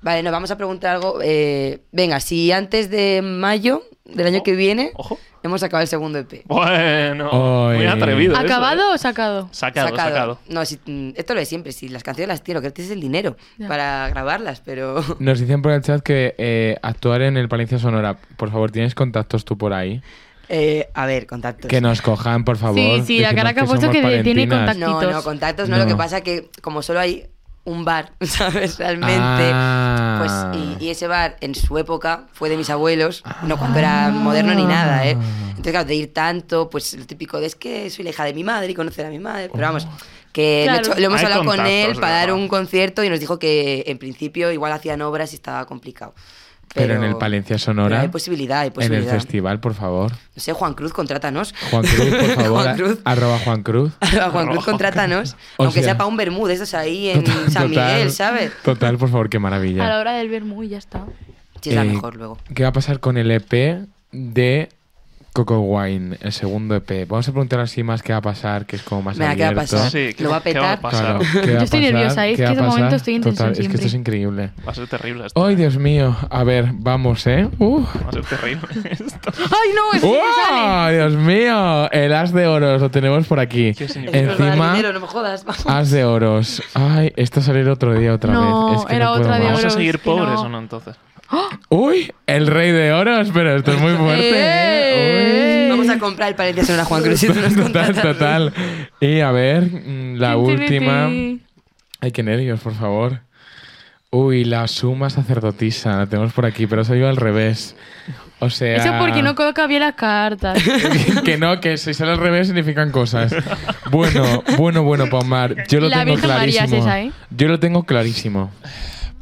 Vale,
Oh.
nos vamos a preguntar algo. eh, Venga, si antes de mayo del año que viene
Ojo.
Hemos sacado el segundo E EP.
Bueno,
Oy.
muy atrevido. eso,
¿Acabado
¿eh?
o sacado?
Sacado, sacado.
No, si- mm, esto lo es siempre. Si las canciones las tiro, que tienes el dinero
Ya.
para grabarlas, pero.
Nos dicen por el chat que eh, actuar en el Palencia Sonora. Por favor, ¿tienes contactos tú por ahí?
Eh, a ver, contactos.
Que nos cojan, por favor.
Sí, sí, la
Decirnos
cara que ha puesto
somos
que tiene
palentinas.
contacto.
No, no,
Contactitos.
contactos no. Lo
No.
que pasa que como solo hay un bar, ¿sabes? Realmente.
Ah. Ah.
Pues, y, y ese bar en su época fue de mis abuelos, no cuando era moderno ni nada, ¿eh? Entonces, claro, de ir tanto, pues lo típico de es que soy la hija de mi madre y conocer a mi madre, pero vamos, que lo he
Claro.
hecho- lo hemos
Hay
hablado con
contactos,
él
de
para dar
verdad.
un concierto y nos dijo que en principio igual hacían obras y estaba complicado.
Pero en el Palencia Sonora,
pero Hay posibilidad, hay
En el
posibilidad.
festival, por favor.
No sé, Juan Cruz, contrátanos.
Juan Cruz, por favor. ¿eh?
Juan Cruz.
Arroba Juan Cruz.
A Juan Cruz, contrátanos.
O
aunque
sea-
sea para un Bermúdez, o sea, ahí en
Total,
Mm, San
total,
Miguel, ¿sabes?
Total, por favor, qué maravilla.
A la hora del vermú y ya está.
Sí, es la
Eh,
mejor luego.
¿Qué va a pasar con el EP de Coco Wine, el segundo EP? Vamos a preguntar así más qué va a pasar, que es como más
Mira, ¿qué va a
abierto.
pasar?
Sí, ¿qué-
Lo va a
qué
petar.
Claro,
pasar?
¿qué va
Yo
a
estoy
pasar?
nerviosa, ¿eh? es
¿Qué
que
va a
de momento
pasar?
estoy en tensión
Total, Es que esto es
siempre.
increíble.
Va a ser terrible esto. ¿eh?
¡Ay, Dios mío! A ver, vamos, ¿eh? ¡Uh!
Va a ser terrible esto.
¡Ay, no! ¡Es
¡Oh, Dios mío! El as de oros lo tenemos por aquí.
¿Qué significa?
Es verdad,
Encima,
dinero, no me jodas.
as de oros. Ay, esto salir otro día otra
No,
vez. Es que
era
no puedo
otra de
más.
¿Vamos a
Pero
seguir
es que no.
pobres o no entonces?
¡Uy! El rey de oros, pero esto es muy fuerte. ¿eh? Uy.
Vamos a comprar el palet de Sonora Juan Cruz. si tú nos
Total,
contratas.
total. Y a ver, mm, la última. Ay, qué nervios, por favor. Uy, la suma sacerdotisa, la tenemos por aquí, pero se ha ido al revés. O sea.
Eso porque no coloca bien las cartas.
que no, que si sale al revés significan cosas. Bueno, bueno, bueno, Palmar. Yo lo
La
tengo
Virgen María es
clarísimo.
esa, ¿eh?
Yo lo tengo clarísimo.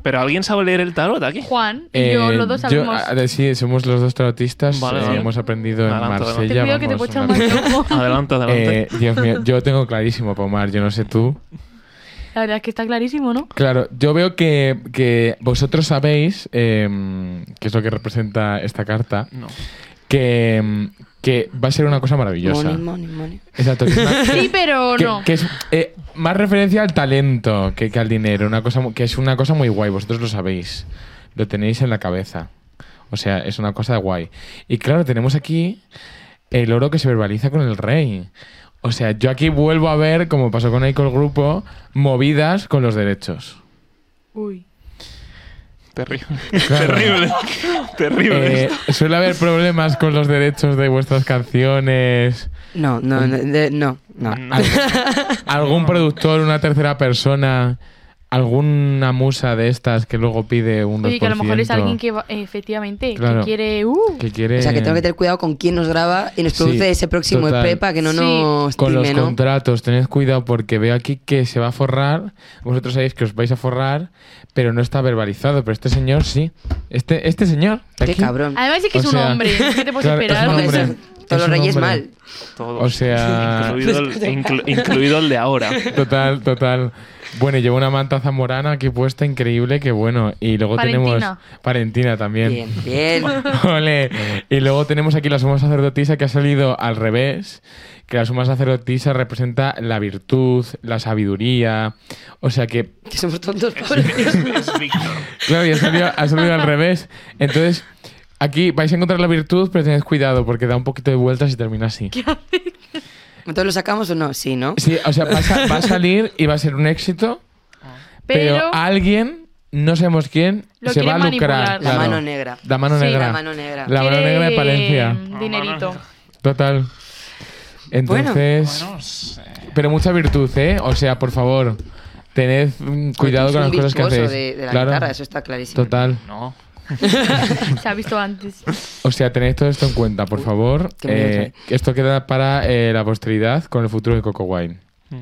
¿Pero alguien sabe leer el tarot aquí?
Juan y yo,
Eh,
los dos sabemos.
a- a- sí, somos los dos tarotistas.
Vale,
eh,
vale.
Hemos aprendido en
Adelanto, adelanto.
Marsella.
te pido que te
vamos,
puedas
una-
más tiempo.
Adelante, adelante.
Eh, Dios mío, yo lo tengo clarísimo, Pomar, yo no sé tú.
La verdad es que está clarísimo, ¿no?
Claro, yo veo que, que vosotros sabéis, em, que es lo que representa esta carta,
No.
que, em, que va a ser una cosa maravillosa.
Money, money, money.
Exacto. que es una-
Sí, pero
que-
no.
que es eh, más referencia al talento que, que al dinero, una cosa mu- que es una cosa muy guay, vosotros lo sabéis, lo tenéis en la cabeza. O sea, es una cosa guay. Y claro, tenemos aquí el oro que se verbaliza con el rey. O sea, yo aquí vuelvo a ver, como pasó con el Grupo, movidas con los derechos.
Uy.
Terrible.
Claro.
Terrible. Terrible.
Eh, suele haber problemas con los derechos de vuestras canciones.
No, no, no, de- no, no.
No.
Al- ¿Algún productor, una tercera persona, alguna musa de estas que luego pide un
Oye, que a lo mejor es
2%?
alguien que va- eh, efectivamente
Claro.
que quiere. Uh,
que quiere...
O sea, que tengo que tener cuidado con quién nos graba y nos
Sí,
produce ese próximo
total.
EP para que no
Sí.
nos
Con los
time, ¿eh, ¿no?
contratos, tened cuidado porque veo aquí que se va a forrar. Vosotros sabéis que os vais a forrar, pero no está verbalizado. Pero este señor sí. Este, este señor. de
Qué
aquí.
cabrón.
Además, sí que
O
es un
sea,
hombre. ¿Qué te puedes
claro,
esperar?
es un
Hombre,
hombre.
eso-
Es
todos los
un
reyes
hombre.
mal.
Todo.
O sea-
Incluido el, inclu- incluido el de ahora.
Total, total. Bueno, y llevo una manta zamorana aquí puesta increíble, que bueno. Y luego tenemos
Parentina.
Parentina también.
Bien, bien.
Ole. Y luego tenemos aquí la suma sacerdotisa que ha salido al revés, que la suma sacerdotisa representa la virtud, la sabiduría. O sea que,
Que somos tontos, Pablo.
Es Víctor.
claro, y ha salido, ha salido al revés. Entonces, aquí vais a encontrar la virtud, pero tened cuidado porque da un poquito de vueltas y termina así.
¿Entonces lo sacamos o no? Sí, ¿no?
Sí, o sea, va a sa- va a salir y va a ser un éxito. pero, ah,
Pero.
alguien, no sabemos quién,
Lo
se va a
quiere
lucrar.
manipular.
claro.
La mano negra.
La mano
Sí,
negra.
la mano negra.
La mano
quiere mm,
negra de Palencia.
Dinerito.
Total. Entonces.
No sé.
Pero mucha virtud, ¿eh? O sea, por favor, tened mm, cuidado
Es
con las
un
cosas que
virtuoso
hacéis.
de, de la
Claro.
guitarra, eso está clarísimo.
Total.
No.
Se ha visto antes.
O sea, tened todo esto en cuenta, por favor.
qué miedo,
Eh,
eh.
esto queda para eh, la posteridad con el futuro de Coco Wine.
Mm.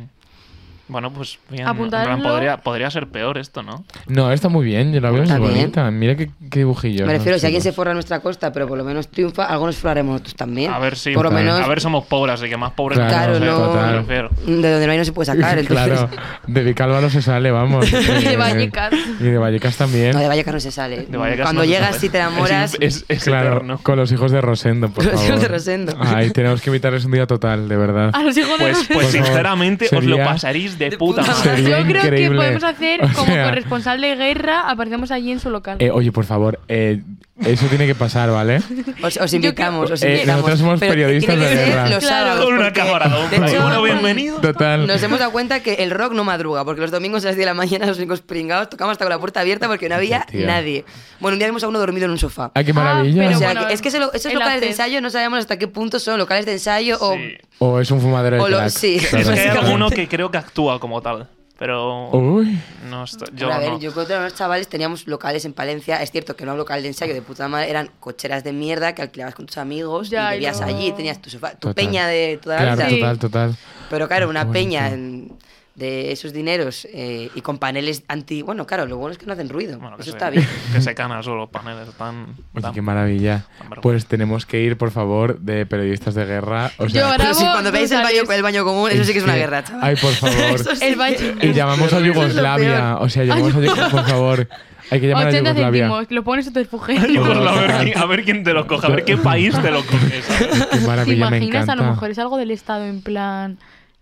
Bueno, pues bien.
Apuntadlo.
En plan, podría, podría ser peor esto, ¿no?
No, está muy bien, yo la veo muy
Está bien.
bonita. Mira qué, qué dibujillos.
Me refiero,
los
si alguien se
chicos.
forra a nuestra costa, pero por lo menos triunfa, algo nos forraremos nosotros también.
A ver si.
Por lo
claro.
menos,
A ver, somos pobres, así que más pobres
Claro,
claro,
que ¿eh?
no.
total.
Me refiero.
De donde no hay no se puede sacar, entonces.
Claro, de Vicálvaro se sale, vamos.
Y de
Eh,
Vallecas.
Y de Vallecas también.
No, de Vallecas no se sale.
De Vallecas
Cuando
no se
llegas
sabe.
y te enamoras.
Es, es, es
claro,
eterno.
con los hijos de Rosendo, por
Los hijos
favor.
de Rosendo. Ah.
Ay, tenemos que invitarles un día total, de verdad.
A los hijos de
Pues,
los-
pues
Por favor,
sinceramente os lo
sería-
pasaréis de, puta
puta
madre.
madre.
sería
Yo creo
increíble.
que podemos hacer
O
como
sea,
corresponsal de guerra, aparecemos allí en su local.
Eh, oye, por favor, eh, Eso tiene que pasar, ¿vale?
Os, os invitamos, os
Eh,
invitamos.
nosotros somos
Pero
periodistas
tiene que
de
ser
guerra.
los
Claro.
sábados,
Con una
porque,
cámara, don
de
Fray.
hecho,
Bueno, bienvenido.
Total.
Nos hemos dado cuenta que el rock no madruga, porque los domingos a las 10 de la mañana los únicos pringados tocamos hasta con la puerta abierta porque no había
Hostia.
nadie. Bueno, un día vimos a uno dormido en un sofá.
Ah, qué maravilla.
pero
o sea,
bueno,
que es que eso- esos
el
locales de
after.
ensayo no sabemos hasta qué punto son locales de ensayo o...
Sí.
O es un fumadero de
O lo-
crack.
sí. Es
Es que hay
Básicamente.
alguno que creo que actúa como tal, pero
Uy.
no estoy-
Pero
yo
a ver,
no.
yo cuando éramos chavales teníamos locales en Palencia. Es cierto que no era un local de ensayo de puta madre, eran cocheras de mierda que alquilabas con tus amigos
Ya,
y bebías
yo-
allí, tenías tu sofá, tu
Total.
peña de toda la
Claro,
vida.
Sí.
total, total.
Pero claro, una
Qué bonito.
peña en- de esos dineros eh, y con paneles anti. Bueno, claro, lo bueno es que no hacen ruido.
Bueno, que
Eso
se-
está bien.
Que se canan solo los paneles tan.
Oye,
tan-
qué maravilla.
tan
Pues tenemos que ir, por favor, de periodistas de guerra. O sea,
Yo ahora-
Pero sí,
Bravo,
cuando veis el baño,
brutales.
el baño común, eso sí que es una
que-
guerra, chaval.
Ay, por favor.
Eso sí
El baño-
que-
Y llamamos a
Eso es lo
Yugoslavia.
peor.
O sea, llamamos a Yugoslavia, por favor. Hay que llamar a
80
Yugoslavia.
céntimos, lo pones en tu empuje.
Yugoslavia, a, ver, quién- a ver quién te lo coge, a ver qué país te lo coge. ¿sabes?
Qué
¿Te
maravilla, me
imaginas?
encanta.
A lo mejor es algo del Estado, en plan,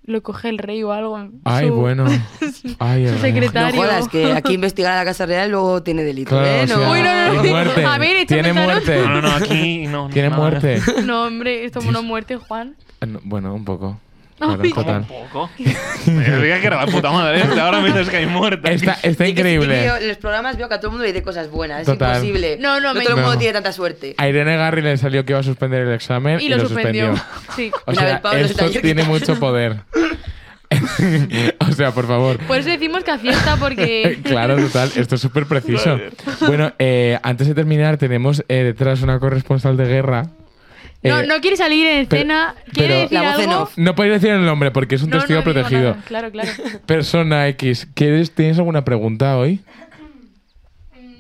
lo coge el rey o algo.
Ay,
su-
bueno. Ay, el
su
rey.
secretario. Dario.
No jodas, que aquí investigar a la Casa Real luego tiene delito.
Claro,
¿eh?
o sea,
Uy, no, no, no.
y muerte.
A ver, échame
Tiene
el tarot.
muerte.
No, no, no, aquí no. no,
Tiene
nada.
muerte.
No, hombre, esto es una muerte, Juan.
Ah, no, Bueno, un poco.
Ay.
Claro,
Como un
total.
poco. Me decía que era la puta madre. ¿eh? Ahora me dices que hay muerte.
Está, está
Sí que sí que
increíble.
veo- en los programas veo que a todo el mundo le dice cosas buenas.
Total.
Es imposible.
No, no, me-
todo el mundo
No.
tiene tanta suerte.
A Irene Garri le salió que iba a suspender el examen y, lo, suspendió.
Sí.
O
La
sea,
del Pablo
esto
Estayer.
tiene mucho poder. o sea, por favor.
Por eso decimos que acierta porque.
Claro, total, esto es súper preciso. Bueno, eh, antes de terminar, tenemos eh, detrás una corresponsal de guerra.
No,
Eh,
no quiere salir en
pero-
escena, quiere
pero-
decir
La voz en
algo.
off.
no podéis decir el nombre porque es un
No, no
testigo
digo
protegido.
nada, Claro, claro.
Persona X, ¿quieres, ¿tienes alguna pregunta hoy?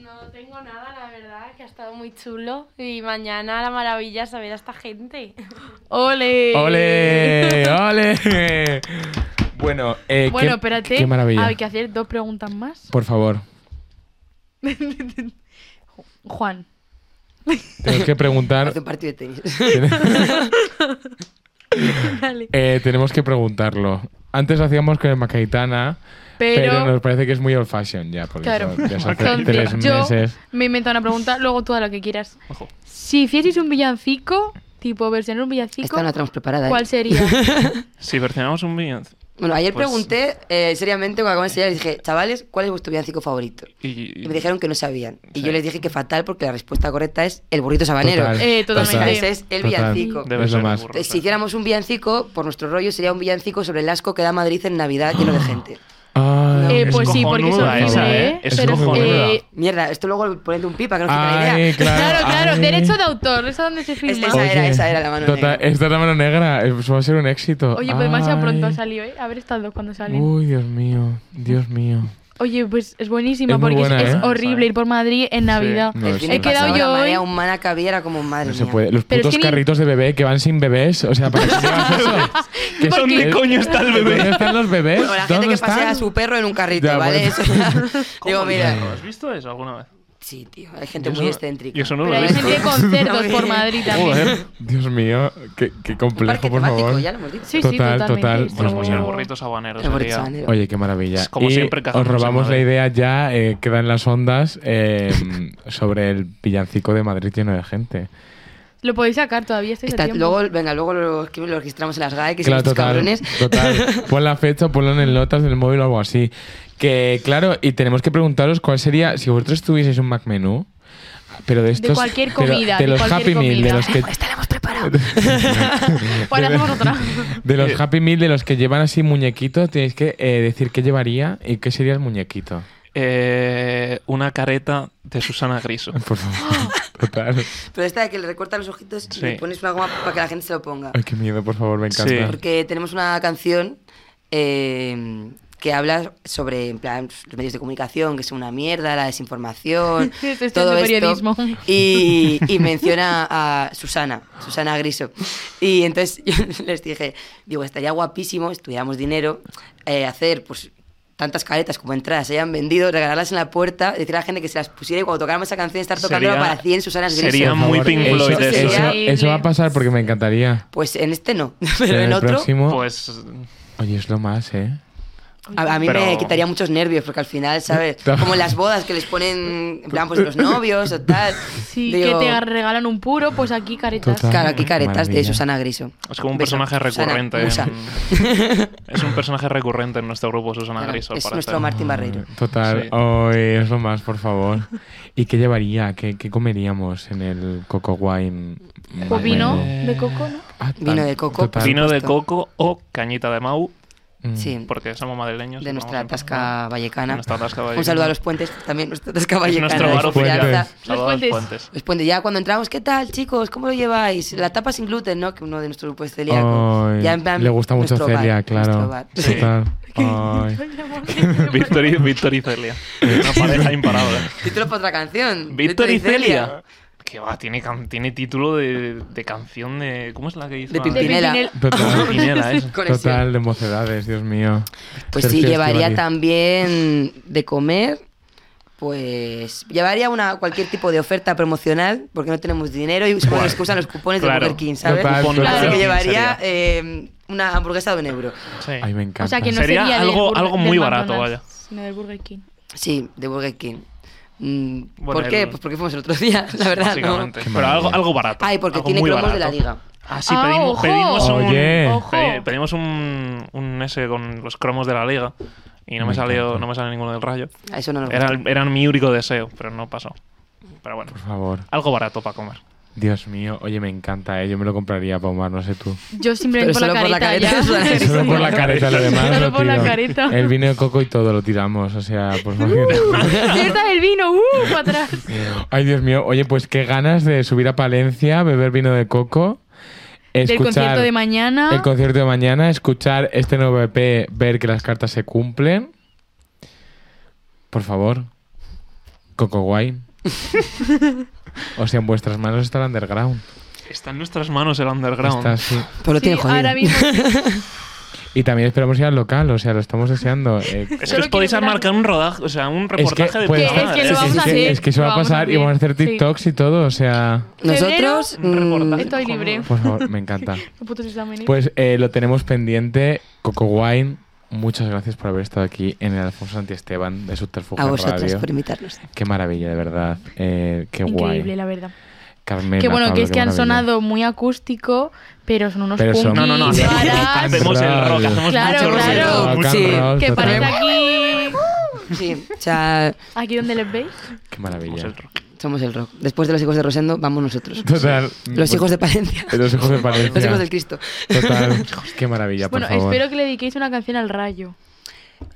No tengo nada, la verdad, que ha estado muy chulo. Y mañana la maravilla es saber a esta gente.
¡Ole!
¡Ole! ¡Ole! Bueno, eh, qué-
Bueno, espérate.
Qué maravilla.
Hay que hacer dos preguntas más.
Por favor,
Juan.
tenemos que preguntar.
Hace un partido de tenis.
Dale.
eh, tenemos que preguntarlo. Antes lo hacíamos con el Macaitana, pero...
Pero-
nos parece que es muy old fashion ya, porque
Claro.
eso ya se hace
Entonces,
tres
yo
meses.
me invento una pregunta, luego tú a lo que quieras.
Ojo.
Si hicieseis un villancico, tipo versión un villancico,
Esta no la tenemos preparada. ¿eh?
¿cuál sería?
Si versionamos un villancico.
Bueno, ayer
Pues-
pregunté eh, seriamente cuando acabé de enseñar, les dije, chavales, ¿cuál es vuestro villancico favorito?
Y,
Y me dijeron que no sabían. Y
Sí.
yo les dije que fatal porque la respuesta correcta es el burrito sabanero.
Eh,
Total.
O sea,
totalmente.
ese es el
Total.
villancico.
De- Es lo más.
burro,
Eh, Si
¿sabes?
hiciéramos un villancico, por nuestro rollo, sería un villancico sobre el asco que da Madrid en Navidad lleno de gente.
Ay,
Eh, pues sí, porque son
cojonuda esa,
horrible,
¿eh?
¿eh?
Es
Pero,
cojonuda.
eh,
Mierda, esto luego poned un pipa que no os quita la
Ay,
idea.
Claro, claro,
ay.
derecho de autor, ¿eso dónde se firma?
Esa era, esa era la mano
Total,
negra.
Esta es la mano negra, eh, pues va a ser un éxito.
Oye, pues demasiado
Ay.
pronto ha salido, ¿eh? A ver estas dos cuando salen.
Uy, Dios mío, Dios mío.
Oye, pues es buenísima
Es muy
porque
buena,
es,
¿eh?
es horrible ir por Madrid en Navidad.
No,
El
es
fin
He
de
una-
quedado
pasado,
yo
la marea
hoy-
humana que había era como madre
No se
mía.
puede. Los
Pero es
putos
que ni-
carritos de bebé que van sin bebés. O sea, ¿para qué llevas eso? Que
¿Dónde
son-
coño está el bebé?
¿Dónde están los bebés?
O la gente
¿Dónde
que pasea
están?
a su perro en un carrito,
Ya,
¿vale?
bueno.
Eso ya- Digo,
¿Lo
mira.
has visto eso alguna vez?
Sí, tío, hay gente
Yo
muy
eso-
excéntrica.
yo eso no
Pero
lo he
hay
visto.
gente con cerdos por Madrid también.
Joder.
Dios mío, qué, qué complejo,
Parque
por
temático,
favor.
ya lo hemos dicho.
Sí, sí,
Total,
totalmente.
total.
esto-
Bueno, pues el burrito sabanero
El burrito
sería-
sabanero.
Oye, qué maravilla.
Es Pues como
y
siempre
os
cazamos
robamos
en
la
Madrid.
idea ya, eh, queda en las ondas eh, sobre el villancico de Madrid lleno de gente.
Lo podéis sacar todavía, estáis a
Está-
tiempo.
luego, venga, luego lo, escribimos, lo registramos en las GAE, que son
claro,
estos
total,
cabrones.
total. Pon la fecha, o ponlo en el notas del móvil o algo así. Que claro, y tenemos que preguntaros cuál sería, si vosotros tuvieseis un Mac Menú, pero de estos...
cualquier
pero
comida,
De
de
los
cualquier
Happy Meal, de
comida.
los que...
Esta la hemos preparado.
Bueno, hacemos otra.
De los Happy Meal, de los que llevan así muñequitos, tenéis que eh, decir qué llevaría y qué sería el muñequito.
Eh, una careta de Susana Griso.
Por favor. Total.
Pero esta de que le recortas los ojitos y
Sí.
le pones una goma para que la gente se lo ponga.
Ay, qué miedo, por favor, me encanta.
Sí.
Porque tenemos una canción eh, que habla sobre en plan, los medios de comunicación, que son una mierda, la desinformación,
Esto es
todo
el
esto.
periodismo.
Y, y menciona a Susana, Susana Griso. Y entonces yo les dije, digo, estaría guapísimo, si tuviéramos dinero, eh, hacer pues tantas caretas como entradas se hayan vendido, regalarlas en la puerta, decir a la gente que se las pusiera y cuando tocáramos esa canción estar tocándola
Sería-
para 100 Susanas Griso.
sería
Por
muy
favor,
Pink
eso-
Floyd
Eso,
eso.
eso,
Increíble.
va a pasar porque me encantaría.
Pues en este no,
Pero
pero en
el
otro...
próximo.
Pues
Oye, es lo más, ¿eh?
A, a mí
Pero-
me quitaría muchos nervios, porque al final, ¿sabes? Como las bodas que les ponen, en plan, pues los novios o tal.
Sí,
Digo,
que te regalan un puro, pues aquí caretas.
Total.
Claro, aquí caretas de
Maravilla.
Susana Griso.
Es como un
Beso,
personaje
Susana,
recurrente. ¿eh?
musa.
en- Es un personaje recurrente en nuestro grupo, Susana
Claro,
Griso.
es
para
nuestro
hacer-
Martín Barreiro.
Total,
Sí.
hoy es lo más, por favor. ¿Y qué llevaría? ¿Qué, qué comeríamos en el Coco Wine?
O vino
Bueno.
de coco, ¿no?
Ah,
Pues Vino
tan-
de coco,
total.
Vino de
supuesto.
coco o cañita de mau,
Mm.
Sí,
porque somos madrileños.
de
y
nuestra
tomamos siempre
tasca
mau.
vallecana.
De nuestra tasca
Un saludo
vallecana.
a los puentes, pues, también nuestra tasca
Es
vallecana.
nuestro bar
Los
oficial.
puentes.
Saludo a los
Los
puentes.
Los puentes, ya cuando entramos, ¿qué tal, chicos? ¿Cómo lo lleváis? La tapa sin gluten, ¿no? Que uno de nuestros grupos es celíaco.
Ay,
Ya en plan,
le gusta mucho
nuestro bar,
Celia,
nuestro
claro.
bar.
Total. Ay.
Víctor y, Víctor y Celia. Una pareja imparable.
Título para otra canción.
Víctor y Celia. Que va, tiene, can- tiene título de, de canción de. ¿Cómo es la que dice?
De
la-
Pimpinela.
Ah,
Total.
Pimpinela, eso.
Conexión.
Total, de mocedades, Dios mío.
Pues sí,
Sergio
llevaría
Estivali.
también de comer, pues llevaría una cualquier tipo de oferta promocional, porque no tenemos dinero y usamos
Guay.
la excusa los cupones
Claro.
de Burger King, ¿sabes?
Total,
Cupón
total.
Así
Burger
que
King
llevaría
sería.
eh, una hamburguesa de un euro.
Sí.
Ay, me encanta.
O sea, que no
Sería
sería, del
algo-
Burger-
algo
del
muy barato,
McDonald's, Sino del Burger King.
Sí, de Burger King. Mm,
Bueno,
¿Por qué?
el-
Pues porque fuimos el otro día, la verdad, ¿no?
Básicamente. Pero algo, algo barato.
Ay, porque
algo
tiene
muy
cromos de la
barato.
liga.
Ah, sí,
Ah,
pedimos,
ojo.
pedimos un.
Oye.
Ojo.
pedi- pedimos un, un S con los cromos de la liga. Y no me,
Me
salió,
encanta.
no me sale ninguno del rayo.
A eso no nos
Era,
gusta.
el- era mi único deseo, pero no pasó. Pero bueno,
Por favor.
algo barato para comer.
Dios mío. Oye, me encanta, ¿eh? Yo me lo compraría para Omar, no sé tú.
Yo simplemente
Pero
por la,
solo por la
careta,
careta,
ya.
Susana.
Solo por la careta, lo demás.
Solo
lo
por la
tiro.
careta.
El vino de coco y todo lo tiramos, o sea, por favor.
Uh. Cierta del vino, uh, para atrás.
Ay, Dios mío. Oye, pues qué ganas de subir a Palencia, beber vino de coco,
Del
escuchar
concierto de mañana.
el concierto de mañana, escuchar este nuevo EP, ver que las cartas se cumplen. Por favor, Coco Wine. o sea, en vuestras manos está el underground.
Está en nuestras manos el underground.
Está así.
Pero lo
Sí,
tiene jodido.
ahora mismo. sí.
Y también esperamos ir al local, o sea, lo estamos deseando. Eh,
Es que
Solo
os podéis
quiero mirar-
marcar un rodaje, o sea, un reportaje de
puede ¿eh?
es que
estar.
lo vamos
pues, es
a
que-
hacer,
es que eso va
lo
a
vamos a
pasar y
hacer.
van a hacer
Sí.
TikToks y todo, o sea,
Nosotros...
Un reportaje.
mm,
Estoy libre.
por favor, me encanta.
Los putos exámenes.
Pues eh, lo tenemos pendiente. Coco Wine, muchas gracias por haber estado aquí en el Alfonso Santiesteban de Subterfuge
a vosotras
Radio.
por invitarnos.
Qué maravilla, de verdad. Eh, qué
Increíble,
guay.
la verdad.
Carmela,
que bueno,
Pablo,
que es
qué
que han
maravilla.
sonado muy acústico, pero son unos
Pero son-
punkis,
No, no, no.
Sí.
Hacemos,
varas,
hacemos el rock. Hacemos
Claro,
mucho rock.
claro.
Rock and
Sí.
roll,
que
total.
parece aquí...
Sí, o sea,
Aquí donde les veis.
Qué
Hacemos
maravilla.
el rock.
somos el rock. Después de los hijos de Rosendo, vamos nosotros.
Total.
Los hijos de Palencia.
Los hijos de Palencia.
Los hijos del Cristo.
Total. Qué maravilla, por
Bueno,
favor.
espero que le dediquéis una canción al rayo.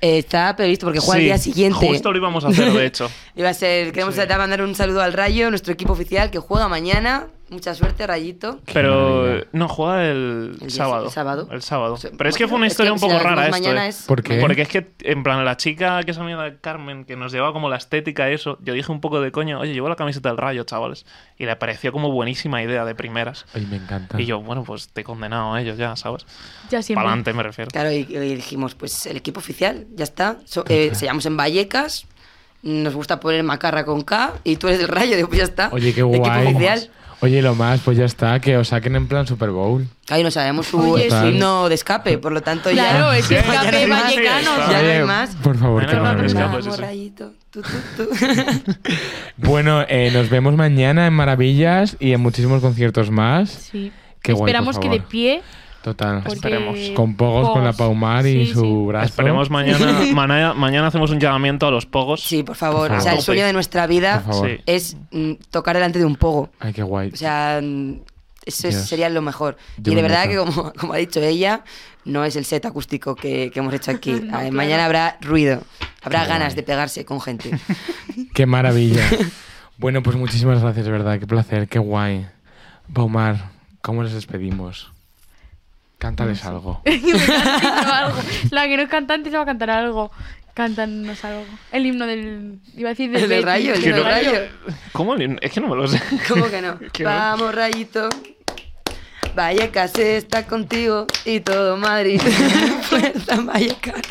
Eh, está previsto porque juega
Sí,
el día siguiente.
Justo lo íbamos a hacer, de hecho.
Iba a ser, queremos
Sí.
mandar un saludo al Rayo, nuestro equipo oficial que juega mañana. Mucha suerte, Rayito.
Qué
Pero
maravilla.
eh, no, juega el,
El día-
sábado.
el sábado.
El sábado.
O sea,
Pero es que fue una
es que
historia un
si la
poco rara
hacemos
esto.
mañana
eh.
es-
¿Por qué?
Porque es que, en plan, la chica que es amiga de Carmen, que nos llevaba como la estética y eso, yo dije un poco de coño, oye, llevo la camiseta del rayo, chavales. Y le pareció como buenísima idea de primeras.
Ay, me encanta.
Y yo, bueno, pues te he condenado a ellos ya, ¿sabes?
Ya siempre.
Para adelante me refiero.
Claro, y, y dijimos, pues el equipo oficial, ya está. So- eh, se llamamos en Vallecas, nos gusta poner macarra con K y tú eres el Rayo, digo, pues ya está.
Oye, qué
Equipo
guay.
oficial.
Oye, lo más, pues ya está, que os saquen en plan Super Bowl.
Ahí no sabemos su
Oye,
su
sí.
himno de escape, por lo tanto ya...
Claro, es que
Sí,
escape
sí, sí,
vallecano.
Ya
está.
no hay
Oye,
más.
Por favor,
Bueno,
qué
no, no, no,
maravilla.
es
Vamos,
pues eso.
Rayito, tú, tú, tú.
Bueno, eh, nos vemos mañana en Maravillas y en muchísimos conciertos más.
Sí.
Qué guay,
Esperamos
por
que de
favor.
pie,
Total.
porque...
Esperemos.
Con Pogos, con la Paumar y
Sí,
su
sí.
brazo.
Esperemos mañana, mañana. Mañana hacemos un llamamiento a los pogos.
Sí, por favor.
Por
O sea,
favor.
el sueño de nuestra
Por
vida
favor.
Sí.
es mm, tocar delante de un pogo.
Ay, qué guay.
O sea, mm, eso es-
Dios.
sería lo mejor.
Yo
y de
me
verdad que,
meto.
como, como ha dicho ella, no es el set acústico que, que hemos hecho aquí.
No,
A ver,
claro.
Mañana habrá ruido, habrá
Qué
ganas
guay.
de pegarse con gente.
Qué maravilla. bueno, pues muchísimas gracias, de verdad. Qué placer, qué guay. Paumar, ¿cómo les despedimos? Cántales algo.
algo. La que no es cantante se va a cantar algo. Cántanos algo. El himno del... Iba a decir del...
El
Betis,
del rayo, el
del
himno del rayo.
¿Cómo? Es que no me lo sé.
¿Cómo que no?
Qué bueno.
Vamos, rayito. Vallecas está contigo y todo Madrid. Fuerza, Vallecas.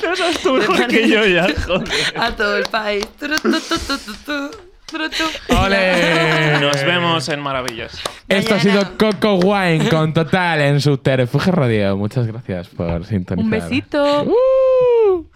Pero sabes tú mejor que yo ya, joder.
A todo el país. Tru, tu, tu, tu, tu, tu, tru, tu.
¡Ole!
Nos vemos en Maravillas.
Esto ha
Mañana.
sido Coco Wine con Total en su Terfuge Radio. Muchas gracias por sintonizar.
Un besito.
¡Uh!